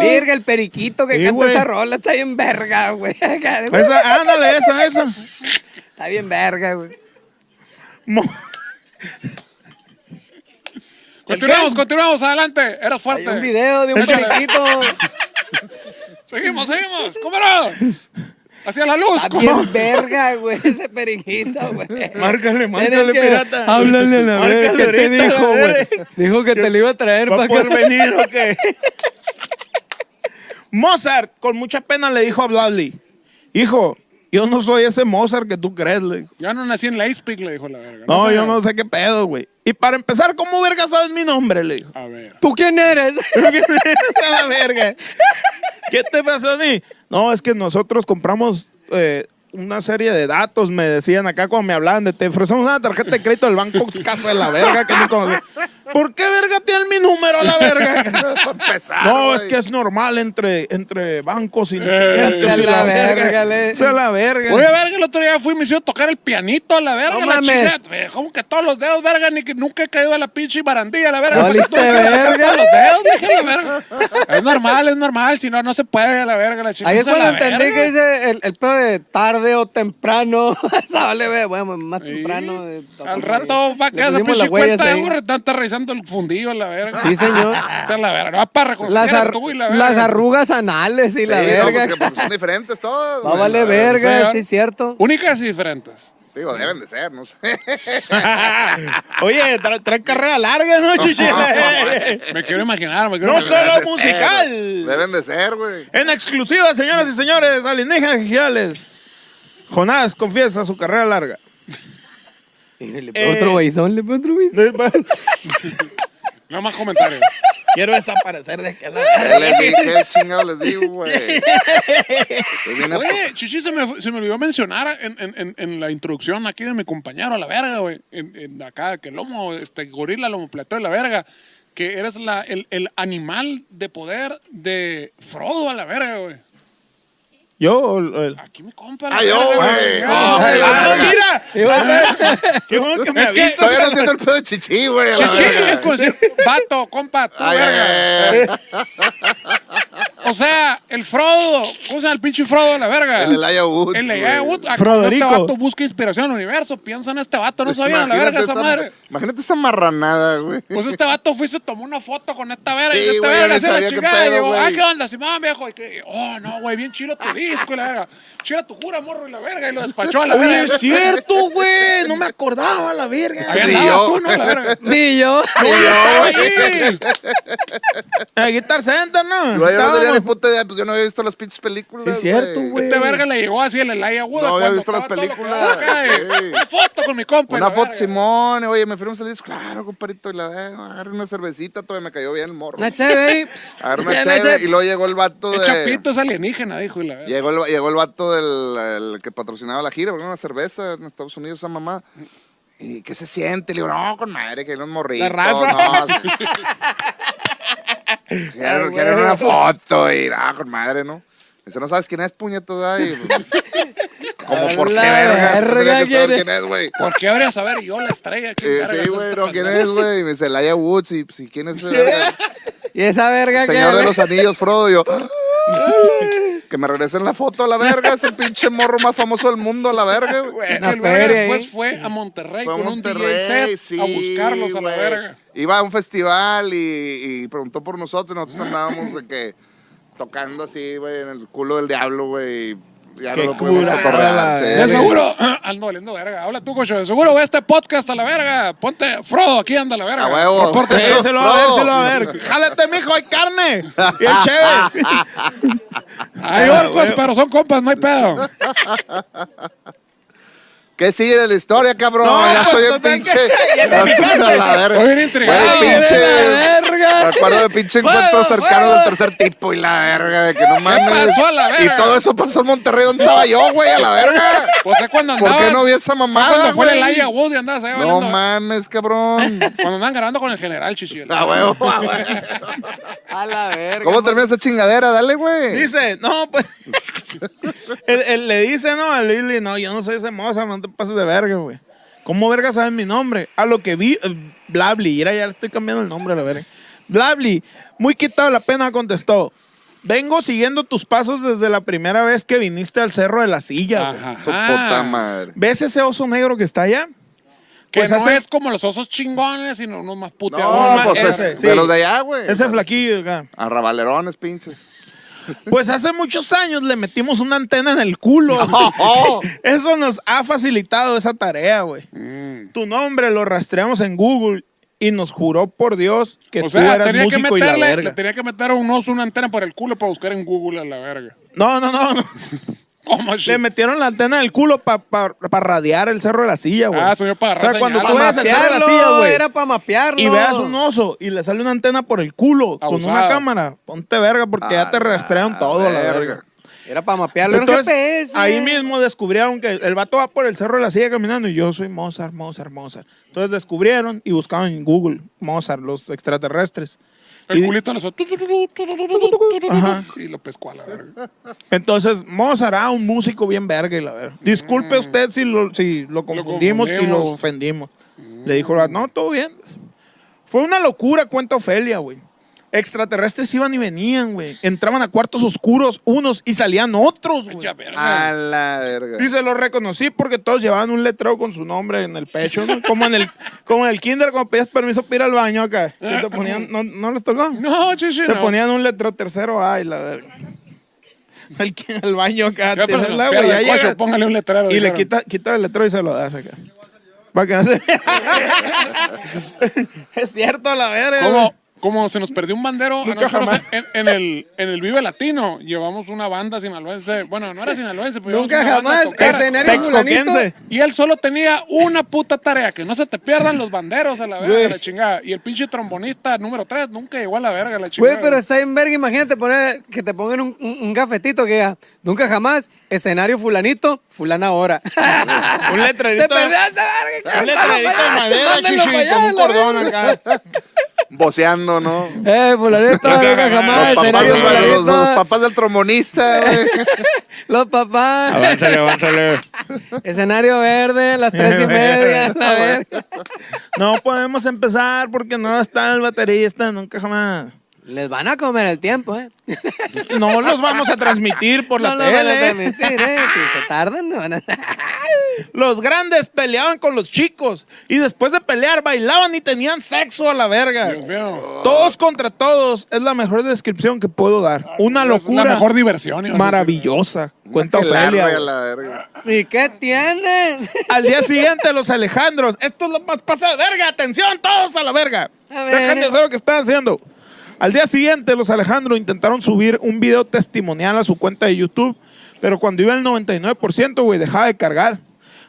Virga, el periquito que
Uh. Sí,
canta
güey.
esa rola está bien verga, güey. Está
Esa, ándale, esa, esa.
bien verga, güey.
Mo-
Continuamos, continuamos, adelante. Eras
Hay un
fuerte.
video de un
Échale.
periquito.
Seguimos, seguimos. ¡Cómelo! Hacia la luz.
Está
¿cómo?
Ah, bien verga, güey, ese periquito, güey.
Márcale,
Tienes
márcale,
que-
pirata.
Háblale a la
Márcale
verga. ¿Qué te
ahorita,
dijo,
a ver.
güey? Dijo que te lo iba a traer
¿Va
para
a poder
acá.
venir o qué? Mozart, con mucha pena, le dijo a Bradley, hijo, yo no soy ese Mozart que tú crees, le dijo.
Yo no nací en Leipzig, le dijo la verga.
No,
sé-
yo no sé qué pedo, güey. Y para empezar, ¿cómo verga sabes mi nombre? Le dijo.
A ver.
¿Tú quién eres?
A la verga. ¿Qué te pasó, Ni? No, es que nosotros compramos eh, una serie de datos, me decían acá cuando me hablaban de te ofrecemos una tarjeta de crédito del banco Casa de la verga que ni conocí. ¿Por qué verga tiene mi número a la verga?
Para empezar,
No,
güey.
es que es normal entre, entre bancos y
Eh,
clientes y
a la verga, le-
Es a la verga.
Oye, verga, el otro día fui y me hicieron tocar el pianito a la verga, la
No mames.
chingada. Eh, ¿Cómo que todos los dedos, verga? Ni que nunca he caído a la pinche barandilla, la verga.
No
Porque
oliste
tuve que tocar
verga.
Todos los dedos, dije, la verga. Es normal, es normal. Si no, no se puede, la verga, la chingada.
Ahí es
Esa
cuando
la
entendí
verga.
que dice el, el pedo de tarde o temprano. Esa vale, güey. Bueno, más
Sí.
temprano. eh,
Al rato va a
Le
casa,
pusimos
pinche
las huellas
cuenta de
ahí.
un retante tanto el fundido, la verga.
Sí, señor.
Está la verga. No, va para reconocer
Las,
que era
ar-
tú y la verga.
las arrugas anales y la
Sí, no, pues,
verga.
que- porque son diferentes todos.
Va a
güey,
valer
la verga.
verga,
señor.
sí, es cierto.
Únicas y diferentes.
Digo, deben de ser, no sé.
Oye, tra- trae carrera larga, ¿no, Chichile?
Me quiero imaginar, me quiero
no
imaginar.
solo
Deben de ser, güey.
musical.
Deben de ser, güey.
En exclusiva, señoras y señores, alienígenas geniales. Jonás confiesa su carrera larga.
Y le pego otro beisón, le pego otro beisón.
No más comentarios.
Quiero desaparecer de que
¿Qué les di- qué chingado les digo, güey? Pues Estoy bien ap-
Oye, Chichi, se me, se me olvidó mencionar en, en- en- en la introducción aquí de mi compañero, a la verga, güey. En, en acá, que lomo, este, gorila, lomo plateo, la verga. Que eres la, el, el animal de poder de Frodo, a la verga, güey.
Yo, o el- el-
Aquí me compa. la
¡Ay, yo,
verga,
güey!
chingado.
¡Oh, güey, la
¡Ah,
verga!
mira!
Y va a ser-
¡Qué bueno que me
Es que-
avisas!
Todavía no entiendo el pedo de chichi, güey. a la
Chichi
verga.
es como decir, vato, compa, tú,
Ay,
verga.
ay, ay.
O sea, el Frodo, ¿cómo se llama el pinche Frodo, la verga?
El Elijah Wood.
El
güey.
Elijah Wood. Acá,
Froderico.
Este vato busca inspiración en el universo. Piensa en este vato, no sabía la verga esa madre.
Imagínate esa marranada, güey.
Pues este vato fue y se tomó una foto con esta verga
Sí,
y esta
güey, yo
verga
ni
hace la
sabía qué
chingada. Y
pedo,
digo, ah,
güey.
¿qué onda, Simón, viejo? Y que, oh, no, güey, bien chilo tu disco y la verga. Chila tu cura, morro y la verga. Y lo despachó a la
Oye,
verga.
es cierto, güey. No me acordaba, la verga.
Ahí
Sí,
andabas
yo.
tú, ¿no? La verga.
Ni yo.
A Guitar Center, ¿no?
Güey, yo no tenía ni
Estábamos-
puta idea, pues yo no había visto las pinches películas.
Sí, es cierto, güey.
Este verga le llegó así el Elijah Wood.
No había
cuando
visto las
estaba todo lo que
películas,
daba acá, y
sí.
Una foto con mi compa. y
Una
la
foto,
verga.
Simón, oye, me firmas el disco. Claro, compadrito, y la verga, agarré una cervecita, todavía me cayó bien el morro.
Una chévere ahí.
Agarré una chévere y luego llegó el vato
El
de...
chapito es alienígena, dijo. Y la verga.
Llegó el, llegó el vato del el que patrocinaba la gira, porque era una cerveza en Estados Unidos, esa mamá. ¿Y qué se siente? Le digo, no, con madre, que hay unos morritos.
La raza.
No, sí.
Ah,
Quiero, quiero una foto y, ah, con madre, ¿no? Dice, no sabes quién es, puñetada. Y, pues, como por qué
La
verga.
verga,
Tendría que
¿quién
saber
es?
quién es, güey.
¿Por qué habría saber yo la estrella? ¿Quién
Eh,
vergas
sí,
es
güey,
este
no, ¿quién
pendejo?
es, güey? Y me dice, Laia Woods, y si quién es ese verga?
Y esa verga que.
Señor de los Anillos, Frodo, y yo. Que me regresen la foto a la verga, es el pinche morro más famoso del mundo a la verga, güey.
Que el
Una
verga
feria ahí.
después fue a Monterrey
Fue a
con un
Monterrey,
DJ set
sí,
a buscarlos a la
güey.
verga.
Iba a un festival y, y preguntó por nosotros, nosotros andábamos de que tocando así, güey, en el culo del diablo, güey. y Ya
Qué
no lo pudimos
curada, la
cotorrear. sí,
De
verga.
güey.
seguro, ando oliendo verga. Habla tú, cocho. De seguro ve este podcast a la verga. Ponte, Frodo, aquí anda la verga.
A huevo.
Reporte.
Sí.
Déselo a ver,
Frodo.
déselo a ver. Jálate, mijo, hay carne. Y el chévere.
Hay orcos, pero son compas, no hay pedo.
¿Qué sigue de la historia, cabrón?
No,
ya estoy en
total,
pinche. Ya estoy a la verga.
Estoy bien intrigado.
Güey, pinche.
La verga.
Me acuerdo de pinche encuentro
Fuego,
cercano
fuego.
del tercer tipo y la verga, de que no mames.
pasó a la verga?
Y todo eso pasó en Monterrey, ¿dónde estaba yo, güey? A la verga.
O sea, Pues cuando
¿Por
andabas.
qué no vi esa mamada?
Cuando fue el
güey?
Aya Wood y andabas ahí
No
bailando.
mames, cabrón.
Cuando andaban grabando con el general, chichi.
Ah, huevo, ah, huevo.
A la verga.
¿Cómo termina esa chingadera? Dale, güey.
Dice, no, pues. él, él le dice, no, a Lili, no, yo no soy ese Mozart, no te pases de verga, güey. ¿Cómo verga sabes mi nombre? A lo que vi, eh, Blabli, mira, ya le estoy cambiando el nombre a la verga. Blabli, muy quitado la pena, contestó. Vengo siguiendo tus pasos desde la primera vez que viniste al cerro de la silla. güey.
Ajá.
Su puta madre.
¿Ves ese oso negro que está allá?
Que
Pues
no
hace-
es como los osos chingones, sino unos más puteados.
No,
ma-
pues
ese,
es
sí.
de los de allá, güey.
Ese flaquillo acá.
Arrabalerones, pinches.
Pues hace muchos años le metimos una antena en el culo. güey.
Oh,
Eso nos ha facilitado esa tarea, güey.
Mm.
Tu nombre lo rastreamos en Google y nos juró por Dios que
o
tú
sea,
eras
tenía que
músico y la
meterle, le
verga.
tenía que meter a un oso una antena por el culo para buscar en Google a la verga.
No, no, no. no.
¿Cómo así?
Le metieron la antena en el culo para radiar el cerro de la silla, güey.
Ah, señor, para agarrar
O sea, cuando
señal.
tú
Para
ves el cerro de la silla,
mapearlo,
güey.
era para mapearlo.
Y veas un oso y le sale una antena por el culo con
Abusado.
una cámara. Ponte verga porque ya te rastrearon todo, la verga.
Era para mapearlo. Era un
Entonces,
GPS.
ahí mismo descubrieron que el vato va por el cerro de la silla caminando y yo soy Mozart, Mozart, Mozart. Entonces descubrieron y buscaban en Google Mozart, los extraterrestres.
El
Y-
culito le hizo tu, tu, tu, tu, tu, tu, tu, tu, tu, tu,
Ajá.
y lo pescó a la verga.
Entonces, Mozart, ah, un músico bien verga y la verga. Disculpe usted si lo, si lo confundimos y lo
Mm. confundimos.
ofendimos. Le dijo, el vato, no, todo bien. Fue una locura, cuenta Ofelia, güey. Extraterrestres iban y venían, güey. Entraban a cuartos oscuros unos y salían otros, güey.
Ya, verga.
Ah.
A la verga.
Y se los reconocí porque todos llevaban un letrero con su nombre en el pecho, ¿no? Como en el, como en el kinder, cuando pedías permiso para ir al baño acá. Y te ponían, ¿no, no les tocó?
No, chichi,
Te
no.
ponían un letrero tercero A y la verga. Al, que- al baño acá.
Ya, pero
tiras
se
la,
los
güey,
pierde
ya
el coche,
llegas
póngale un letrero.
y le
dijeron.
quita, quita el letrero y se lo das acá. Para que no se Es cierto, la verga. güey.
Como, como se nos perdió un bandero a
Nunca
nosotros
jamás.
en, en el, en el Vive Latino, llevamos una banda sinaloense. Bueno, no era sinaloense, pero
Nunca
llevamos una banda a
jamás.
tocar.
Escenario fulanito.
Texcoquense.
Y él solo tenía una puta tarea, que no se te pierdan los banderos a la verga,
Güey.
la chingada. Y el pinche trombonista número 3 nunca llegó a la verga, la chingada.
Güey, pero está en verga. Imagínate poner, que te pongan un, un- un cafetito que diga, nunca jamás, escenario fulanito, fulana ahora.
Un
Se
letrerito.
perdió esta verga.
Un letrerito de madera,
Mándenlo
chichi,
pa' allá,
con un
la
cordón
verga.
acá.
Boceando, ¿no?
Eh, fulanito, nunca
Ah,
jamás,
Los papás,
escenario
los, los- los
fulanito.
papás del trombonista, güey.
Los papás.
Avánzale, avánzale.
Escenario verde, las tres y media. la verga.
No podemos empezar porque no está el baterista, nunca jamás.
Les van a comer el tiempo, eh.
No los vamos a transmitir por la
No lo van a
tele.
transmitir, eh. Si se tardan, no van a...
Los grandes peleaban con los chicos y después de pelear bailaban y tenían sexo a la verga.
Dios mío.
Todos contra todos es la mejor descripción que puedo dar. Una
Es
locura
la mejor diversión. iba a decir.
maravillosa. Cuenta
Qué larga
Ofelia. güey.
la verga.
¿Y qué tienen?
Al día siguiente los Alejandros. Esto es lo más pasado. Verga, atención todos a la verga.
A ver.
Dejen de hacer lo que están haciendo. Al día siguiente los Alejandros intentaron subir un video testimonial a su cuenta de YouTube, pero cuando iba el 99%, güey, dejaba de cargar.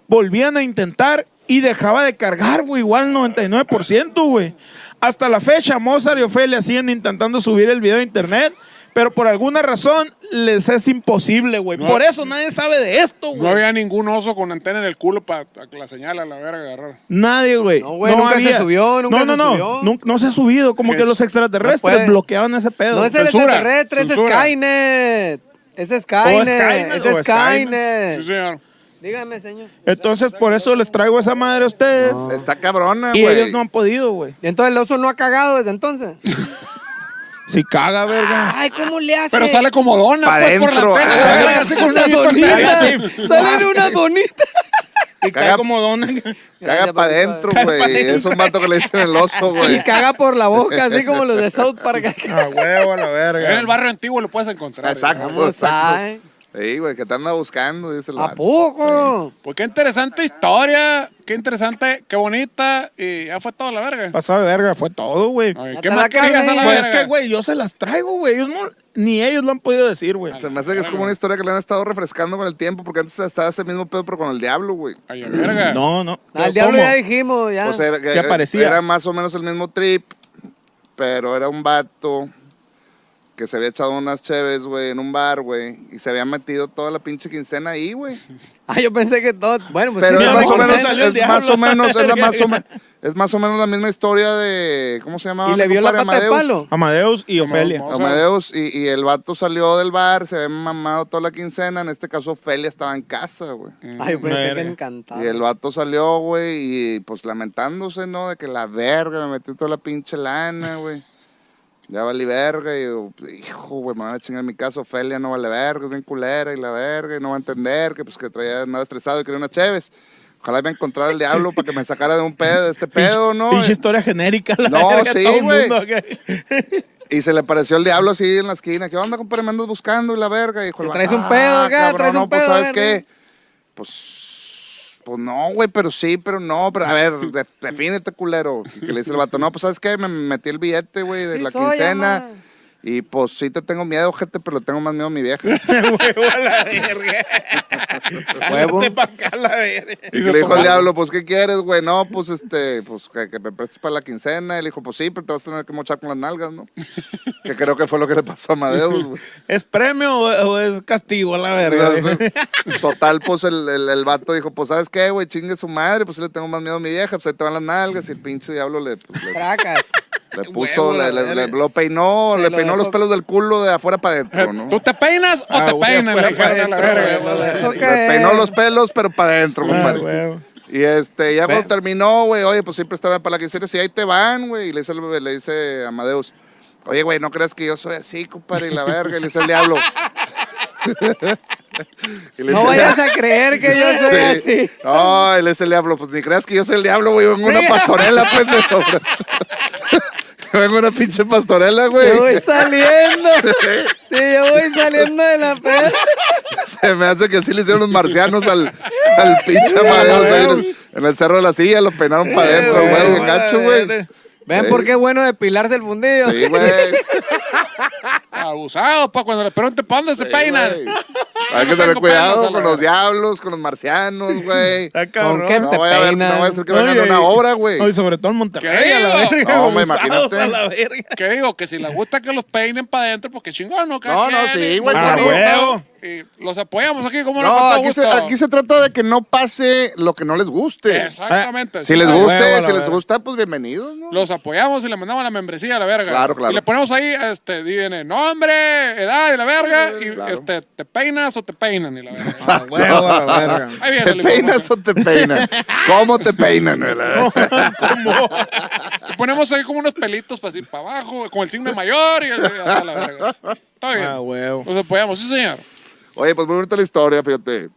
Volvían a intentar y dejaba de cargar, güey, igual 99%, güey. Hasta la fecha, Mozart y Ofelia siguen intentando subir el video a internet, pero por alguna razón les es imposible, güey.
No.
por eso nadie sabe de esto, güey.
No había ningún oso con antena en el culo para la señal a la verga agarrar.
Nadie, güey.
No, güey, nunca se subió, nunca
no,
se
no, no.
subió.
Nun- No, se ha subido. Como
Sí,
que
es-
los
no
extraterrestres
puede.
bloquearon ese pedo.
No es el
Censura,
extraterrestre, es
censura.
Skynet. Es
O
Skynet.
Skynet,
Es
Sí,
o Skynet.
Skynet.
señor.
Dígame, señor.
Entonces, por eso les traigo esa madre a ustedes.
Está cabrona,
Y ellos
güey.
no han podido, güey.
Y entonces el oso no ha cagado desde entonces.
Si caga, verga.
Ay, ¿cómo le hace?
Pero sale como dona,
Pa'
pues, por la
dentro.
antena.
Ah,
la verga,
Salen
así con un
unas
hilito en medio.
así.
bonitas. Salen unas bonitas.
Y caga
Caga-
como dona.
Caga para adentro, güey. Es un vato que le dicen el oso,
Y
güey.
caga por la boca, así como los de South Park.
A huevo, a la
En el
verga.
barrio antiguo lo puedes encontrar.
Exacto.
digamos.
¿Cómo sabe?
Sí, güey, que te anda buscando, dice el
Ah,
¿A
vato.
poco?
Pues qué interesante historia, qué interesante, qué bonita. Y ya fue toda la verga.
Pasado de verga, fue todo, güey.
Ay,
Hasta
¿Qué
la
más querías a
carne.
la
Pues es
verga?
que, güey, yo se las traigo, güey. Ellos no- ni ellos lo han podido decir, güey.
Se me hace que es como una historia que le han estado refrescando con el tiempo, porque antes estaba ese mismo pedo, pero con el diablo, güey.
Ay, a verga.
No, no.
Al diablo
¿Cómo?
ya dijimos, ya.
O sea, Pues era,
¿Qué aparecía?
era más o menos el mismo trip, pero era un vato que se había echado unas cheves, güey, en un bar, güey, y se había metido toda la pinche quincena ahí, güey.
Ah, yo pensé que todo. Bueno, pues
Pero
sí,
es
mira,
mi
más o
amor,
mejor
menos,
¿eh?
salió el
es más o
diablo.
menos, es la más o menos, es más o menos la misma historia de, ¿cómo se llamaba?
Y le
mi
vio la
compadre?
pata de
Amadeus.
palo.
Amadeus y Ofelia.
Vamos,
Amadeus, y, y el vato salió del bar, se había mamado toda la quincena, en este caso Felia estaba en casa, güey.
Mm,
Ay, yo pensé que
Verga.
encantado.
Y el vato salió, güey, y pues lamentándose, ¿no? De que la verga, me metí toda la pinche lana, güey. Ya vale verga, y yo, hijo, güey, me van a chingar en mi casa, Ofelia no vale verga, es bien culera, y la verga, y no va a entender que pues que traía nada estresado y quería unas cheves. Ojalá me encontrara el diablo para que me sacara de un pedo, de este pedo, ¿no?
Pinche historia genérica, la
No,
verga,
sí,
todo el
güey.
mundo. acá.
Y se le apareció el diablo así en la esquina. ¿Qué onda, compadre? Me andas buscando y la verga. Hijo,
Que traes un pedo acá, traes un
no, pues,
pedo, eh,
¿sabes
verga".
qué? Pues, pues no, güey, pero sí, pero no. Pero a ver, de- defínete, culero. Y que le dice el vato, no, pues, ¿sabes qué? Me metí el billete, güey, de
Sí
la
soy,
quincena.
ama.
Y pues sí te tengo miedo, gente, pero le tengo más miedo a mi vieja.
Huevo a la verga.
Huevo.
Jálate pa' acá, la verga.
Y que le dijo el diablo, pues, ¿qué quieres, güey? No, pues, este, pues, que, que me prestes para la quincena. Y le dijo, pues sí, pero te vas a tener que mochar con las nalgas, ¿no? que creo que fue lo que le pasó a Amadeus, güey.
¿Es premio o, o es castigo a la verga?
Total, pues el, el, el vato dijo, pues sabes qué, güey, chingue su madre, pues sí le tengo más miedo a mi vieja, pues ahí te van las nalgas y el pinche diablo le, pues, le,
Tracas.
le puso,
Huevo, la
le, le- le-
verga.
lo peinó,
Se
le
lo
peinó los
dejó.
pelos del culo de afuera
Eh,
para adentro, ¿no?
¿Tú te peinas o
Ah,
te
güey,
peinas?
fue
Le dijeron a la
adentro,
verga.
güey, la
Dijo
Le
que-
peinó los pelos, pero para adentro,
Ah,
compadre.
huevo.
Y este, ya cuando terminó, güey, oye, pues siempre estaba para la quincena, y ahí te van, güey. Y le dice, el- le dice a Amadeus, Oye, güey, no creas que yo soy así, compadre, y la verga, y le dice el diablo. Y le
No
dice el
vayas a creer que yo soy
Sí.
así.
No, él es el diablo. Pues ni creas que yo soy el diablo, güey. Vengo una pastorela, pendejo. Vengo una pinche pastorela,
Yo voy
güey.
saliendo. Sí, yo voy saliendo de la peda.
Se me hace que sí le hicieron los marcianos al, al pinche Amadeo. o sea, en, el, en el cerro de la silla lo peinaron para adentro,
güey,
güey. bien
güey.
gacho, güey.
¿Ven
Sí.
por qué es bueno depilarse el fundillo?
Sí, güey.
Abusado, pa, cuando le pregunten, ¿para dónde se peinan?
güey. Hay que
Yo no
tener
tengo pelos a
cuidado
la
con los
verga.
diablos, con los marcianos, güey.
Está
¿Con
cabrón.
qué te
No vaya a ver, no
peinan?
vaya a ser que
No,
vengan a
y-
una obra, güey.
No, y sobre todo en Monterrey,
¿Qué
a la
digo?
verga.
No, hombre,
abusados
imagínate.
A la verga.
Que digo, que si les gusta que los peinen para adentro, porque chingón, ¿no? Cada
No, no,
quien,
sí,
y-
güey,
Ah,
claro. huevo.
Y los apoyamos aquí, como
No,
con todo
aquí se,
gusto.
aquí se trata de que no pase lo que no les guste. Ah,
Exactamente.
Si les
sí.
Ah, huevo,
guste,
la
si les
verga.
gusta, pues bienvenidos, ¿no?
Los apoyamos y le mandamos la membresía a la verga.
Claro, claro.
Y le ponemos ahí, este, viene nombre, edad y la verga. Y
Claro.
este, te peinas o te peinan y la verga.
A Ah, huevo, a la verga.
Ahí viene
Ah, ¿Te
la
peinas o te peinan? ¿Cómo te peinan? eh, güey?
Y ponemos ahí como unos pelitos para así para abajo, con el signo de mayor y el, hacia la verga. Está bien.
A Ah, huevo.
Los apoyamos, sí, señor.
Oye, pues muy bonita la historia, fíjate.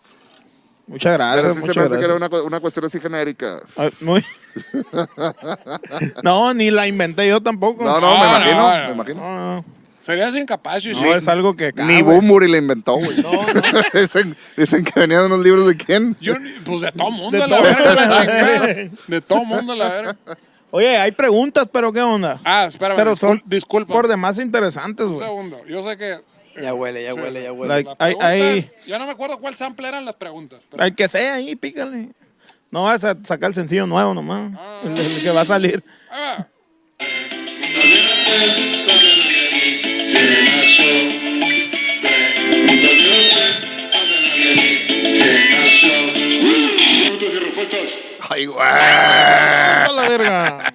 Muchas
Pero
gracias.
sí
muchas
se me hace que era
gracias.
una, cu- una cuestión así genérica.
Ah, muy- no, ni la inventé yo tampoco.
No, no,
No,
me
no,
imagino,
no.
me imagino.
No, no.
Serías incapaz, Shishi.
No, es algo que.
Ni Bumburi la inventó, güey. dicen, dicen que venían unos libros de quién.
Yo ni- pues de todo mundo la
De todo
verga.
mundo,
la
la
chingada.
verga.
De todo mundo la verga.
Oye, hay preguntas, pero ¿qué onda?
Ah, espérame.
pero
discul-
son
disculpa.
por demás interesantes,
Un
güey.
segundo. Yo sé que.
Ya huele, ya huele, ya huele.
Like-
la
Hay-
pregunta-
hay-
Ya no me acuerdo cuál sample eran las preguntas. pero-
Al que sea ahí, pícale. No vas a sacar el sencillo nuevo nomás. El, el que va a salir.
Ahí va.
Ay, güey.
¡A la verga!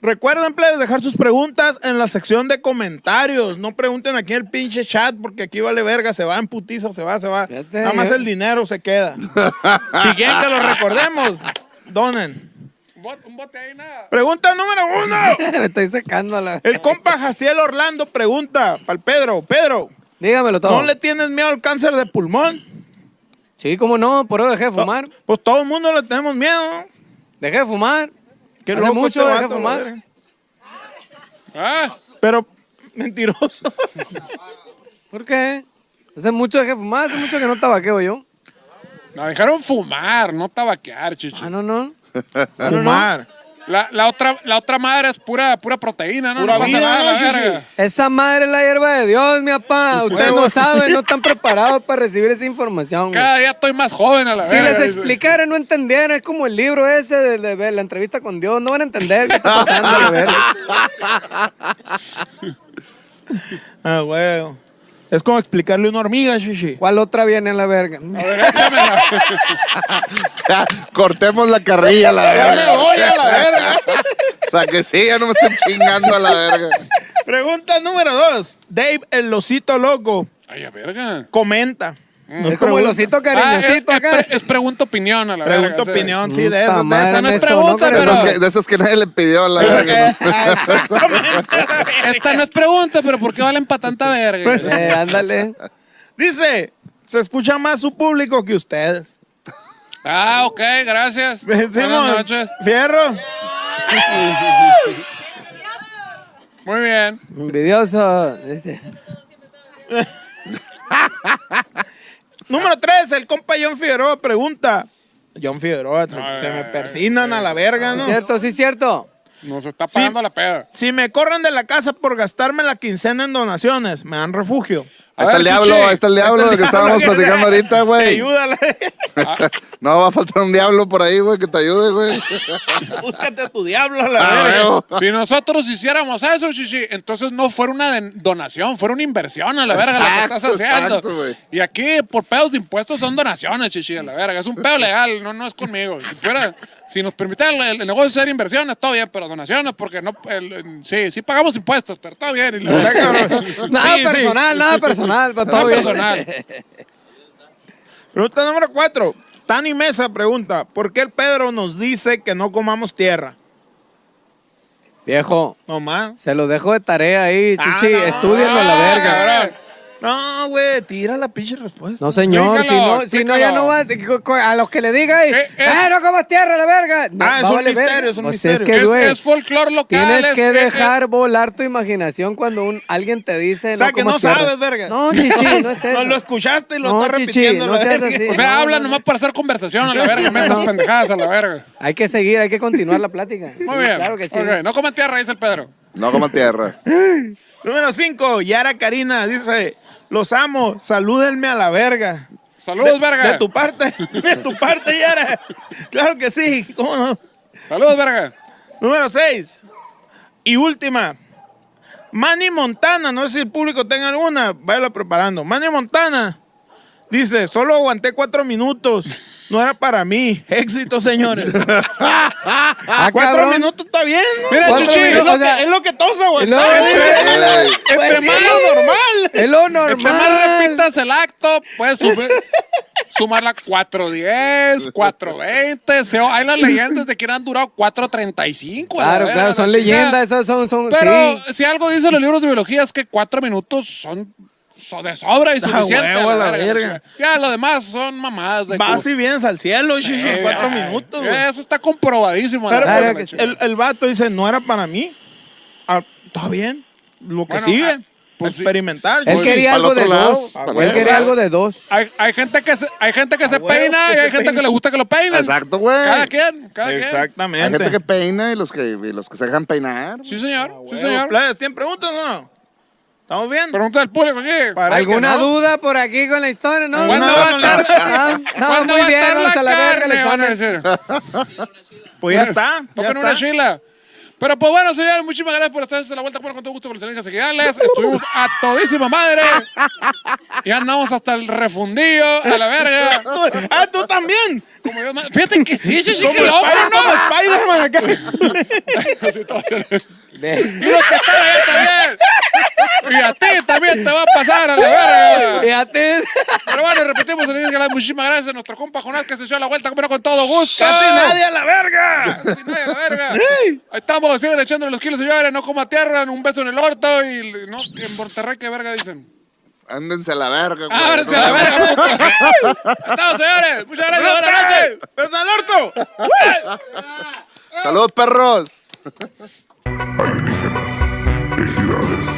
Recuerden, plebes, dejar sus preguntas en la sección de comentarios. No pregunten aquí en el pinche chat porque aquí vale verga. Se va en putiza, se va, se va.
Fíjate,
Nada más
yo-
el dinero se queda. si quieren que lo recordemos, donen.
Un bot- Un bote ahí, nada.
Pregunta número uno.
Me estoy secando a la...
El compa Jaciel Orlando pregunta para Pedro. Pedro,
Dígamelo todo.
¿no le tienes miedo al cáncer de pulmón?
Sí, cómo no, por eso dejé de fumar.
Pues todo el mundo le tenemos miedo.
Dejé de fumar.
Qué
Hace
loco
mucho
este
dejé de
vato,
fumar.
güey.
Ah,
Pero mentiroso.
¿Por qué? Hace mucho dejé de fumar, hace mucho que no tabaqueo yo.
la dejaron fumar, no tabaquear, chichi.
Ah, no, no.
Fumar.
La, la, otra, la otra madre es pura, pura proteína, ¿no?
Pura
no pasa
vida,
nada, la
¿no, chichi?
verga.
Esa madre es la hierba de Dios, mi papá. Ustedes no saben, no están preparados para recibir esa información. güey.
Cada día estoy más joven a la
Si
verga.
les
dice.
explicara, no entendieran. Es como el libro ese de, de- de la entrevista con Dios. No van a entender qué está pasando. la verga.
Ah, güey. Es como explicarle a una hormiga, shishi.
¿Cuál otra viene a la verga?
A ver, échamela.
Ya, cortemos la carrilla, la verga.
me voy a la
verga. Para que sí, ya no me estén chingando a la verga.
Pregunta número dos. Dave, el losito loco,
Ay, a verga.
comenta. Nos
Es como el
pregunta-
osito
Ah, es,
cariñosito
es
acá.
pre- es pregunta opinión a la verga.
Pregunta
o sea.
opinión, sí, de
Puta
eso. De
madre,
eso
no es
me sonó
pregunta,
que-
De esas,
Pero-
que, de esas que nadie le pidió a la verga. ¿no?
Esta no es pregunta, pero ¿por qué valen para tanta
Pues,
verga?
Eh, ándale.
Dice, se escucha más su público que ustedes.
ah, ok, gracias.
pues,
Buenas
Decimos,
noches.
Fierro.
Muy bien.
Envidioso. Este,
Número tres, el compa John Figueroa pregunta. John Figueroa, se,
Ay,
se me
ay,
persinan a la verga, ¿no?
Ah, ¿Cierto? Sí, cierto.
Nos está pagando la peda.
Si me corren de la casa por gastarme la quincena en donaciones, me dan refugio.
A
Ahí está el
ver,
diablo,
Chichi.
ahí está el diablo de que estábamos platicando ahorita,
Te
güey.
ayuda, la-
No, va a faltar un diablo por ahí, güey, que te ayude, güey.
búscate a tu diablo, la
Ah,
A
verga.
ver,
huevo.
si nosotros hiciéramos eso, chichi, entonces no fuera una den- donación, fuera una inversión a la verga la que
Exacto,
estás haciendo.
exacto, güey.
y aquí, por pedos de impuestos, son donaciones, chichi, a la verga. Es un pedo legal, no, no es conmigo. Si, fuera- si nos permitiera el, el negocio ser inversiones, todo bien, pero donaciones, porque no. el- sí, sí pagamos impuestos, pero todo bien. y la
Está
verga,
cabrón.
Nada
Sí, sí.
personal, nada personal. va
nada
todo bien.
personal.
Pregunta número cuatro. Tani Mesa pregunta, ¿por qué el Pedro nos dice que no comamos tierra?
Viejo,
No más.
se los dejo de tarea ahí, chichi.
Ah, no.
Estudienlo a la
Ah,
verga.
Cabrón. No, güey, tira la pinche respuesta.
No, señor, si
Explícalo,
no, si no, ya no va. co- co- A los que le diga y.
Eh, es-
¡Ah, no comas tierra, la verga! No,
Ah, es
va a
un
valer verga.
misterio, es un
Pues
misterio.
Es que,
Es,
güey,
es folclore local.
Tienes
es
que dejar volar tu imaginación cuando un, alguien te dice.
O sea, que
comas
no
tierra".
sabes, verga.
No, chichi, no es eso.
No lo escuchaste y lo
No,
está
chichi,
repitiendo.
no
la
seas
verga.
así.
O sea,
No,
habla
no, no.
nomás para hacer conversación a la verga, metas pendejadas a la verga.
Hay que seguir, hay que continuar la plática.
Muy
Sí,
bien.
Claro que sí.
Ok, No coman tierra, dice el Pedro.
No como tierra.
Número 5, Yara Karina dice: Los amo, salúdenme a la verga.
Saludos,
De-
verga.
De tu parte, de tu parte, Yara. Claro que sí, cómo no.
Saludos, verga.
Número 6. Y última. Manny Montana, no sé si el público tenga alguna, váyala preparando. Manny Montana dice, solo aguanté cuatro minutos, no era para mí. Éxito, señores.
Ah,
cuatro
cabrón.
minutos está bien. ¿no?
Mira,
Cuatro
Chichi,
minutos,
o
es, lo
sea-
que, es lo que todos
Y luego-
aguantamos.
Ey,
Pues
Entre más
sí.
lo normal.
Es lo normal.
Entre más repitas el acto, puedes subir- sumarla 410, 420. se- hay las leyendas de que han durado 435. a la
Claro,
verga,
claro,
la
son
chingada.
leyendas, esas son, son,
Pero
sí.
si algo dicen los libros de biología es que 4 minutos son so- de sobra y suficiente. a
Ah, huevo, a la
la
verga.
Ya lo demás son mamadas
Pues
de
Vas
cu-
y vienes al cielo, chichi,
Eh,
cuatro
ay,
minutos.
eh,
güey.
Eso está comprobadísimo. a la
Pero,
verga,
claro
la
que sí.
chingada.
El, el vato dice, no era para mí. Ah, Está bien. Lo que
Bueno,
sigue.
ah, pues sí.
experimentar.
Él
Yo-
quería
al
algo
otro
de
lado,
dos.
a
Él
huevo,
quería
¿sabes?
algo de dos.
Hay, hay gente que se, hay gente que se
huevo,
peina
que
y
se
hay gente que
peina.
le gusta que lo peinen.
Exacto, güey.
Cada quien,
"Ah,
cada quien.
Hay
Exactamente.
gente que peina y los que, y los que se dejan peinar.
Sí, señor. sí,
Huevos,
señor.
plebes, ¿Tienen preguntas o no? ¿Estamos bien?
Pregunta del público aquí.
Parece
¿Alguna
que no.
duda por aquí con la historia? No,
¿Cuándo
no,
va a
no,
estar-
no, Ah, no,
¿Cuándo
muy
va
bien,
a estar
vamos
la
a la verga,
carne?
les
Van a
ponen.
decir.
Pues ya está. ya
Toquen
está.
una chila. Pero pues bueno, señores, muchísimas gracias por estarse a la vuelta. Bueno, con todo gusto con los señores Seguidales. Estuvimos a todísima madre. Y andamos hasta el refundillo, a la verga.
Tú- Ah, tú también.
Como yo, ma- fíjate que sí, sí, sí,
Como
que lo
Spider-
¿no?
como Spider-Man acá.
Pues
Ve.
Y los que están allá también. Y a ti también te va a pasar, a la verga.
Fíjate.
Pero bueno, repetimos el inicio. Muchísimas gracias a nuestro compa Jonás que se echó a la vuelta pero con todo gusto. ¡Ah!
Casi nadie a la verga.
Casi nadie, la verga. Ahí estamos, siguen echándole los kilos, señores. No coma tierra, un beso en el orto y no, en Monterrey, ¿qué verga dicen?
Ándense a la verga, güey.
Ábranse a la verga, puto. Ahí Estamos, señores. Muchas gracias, buenas noches.
¡Pues al orto!
Saludos, perros.
alienígenas, ejidades,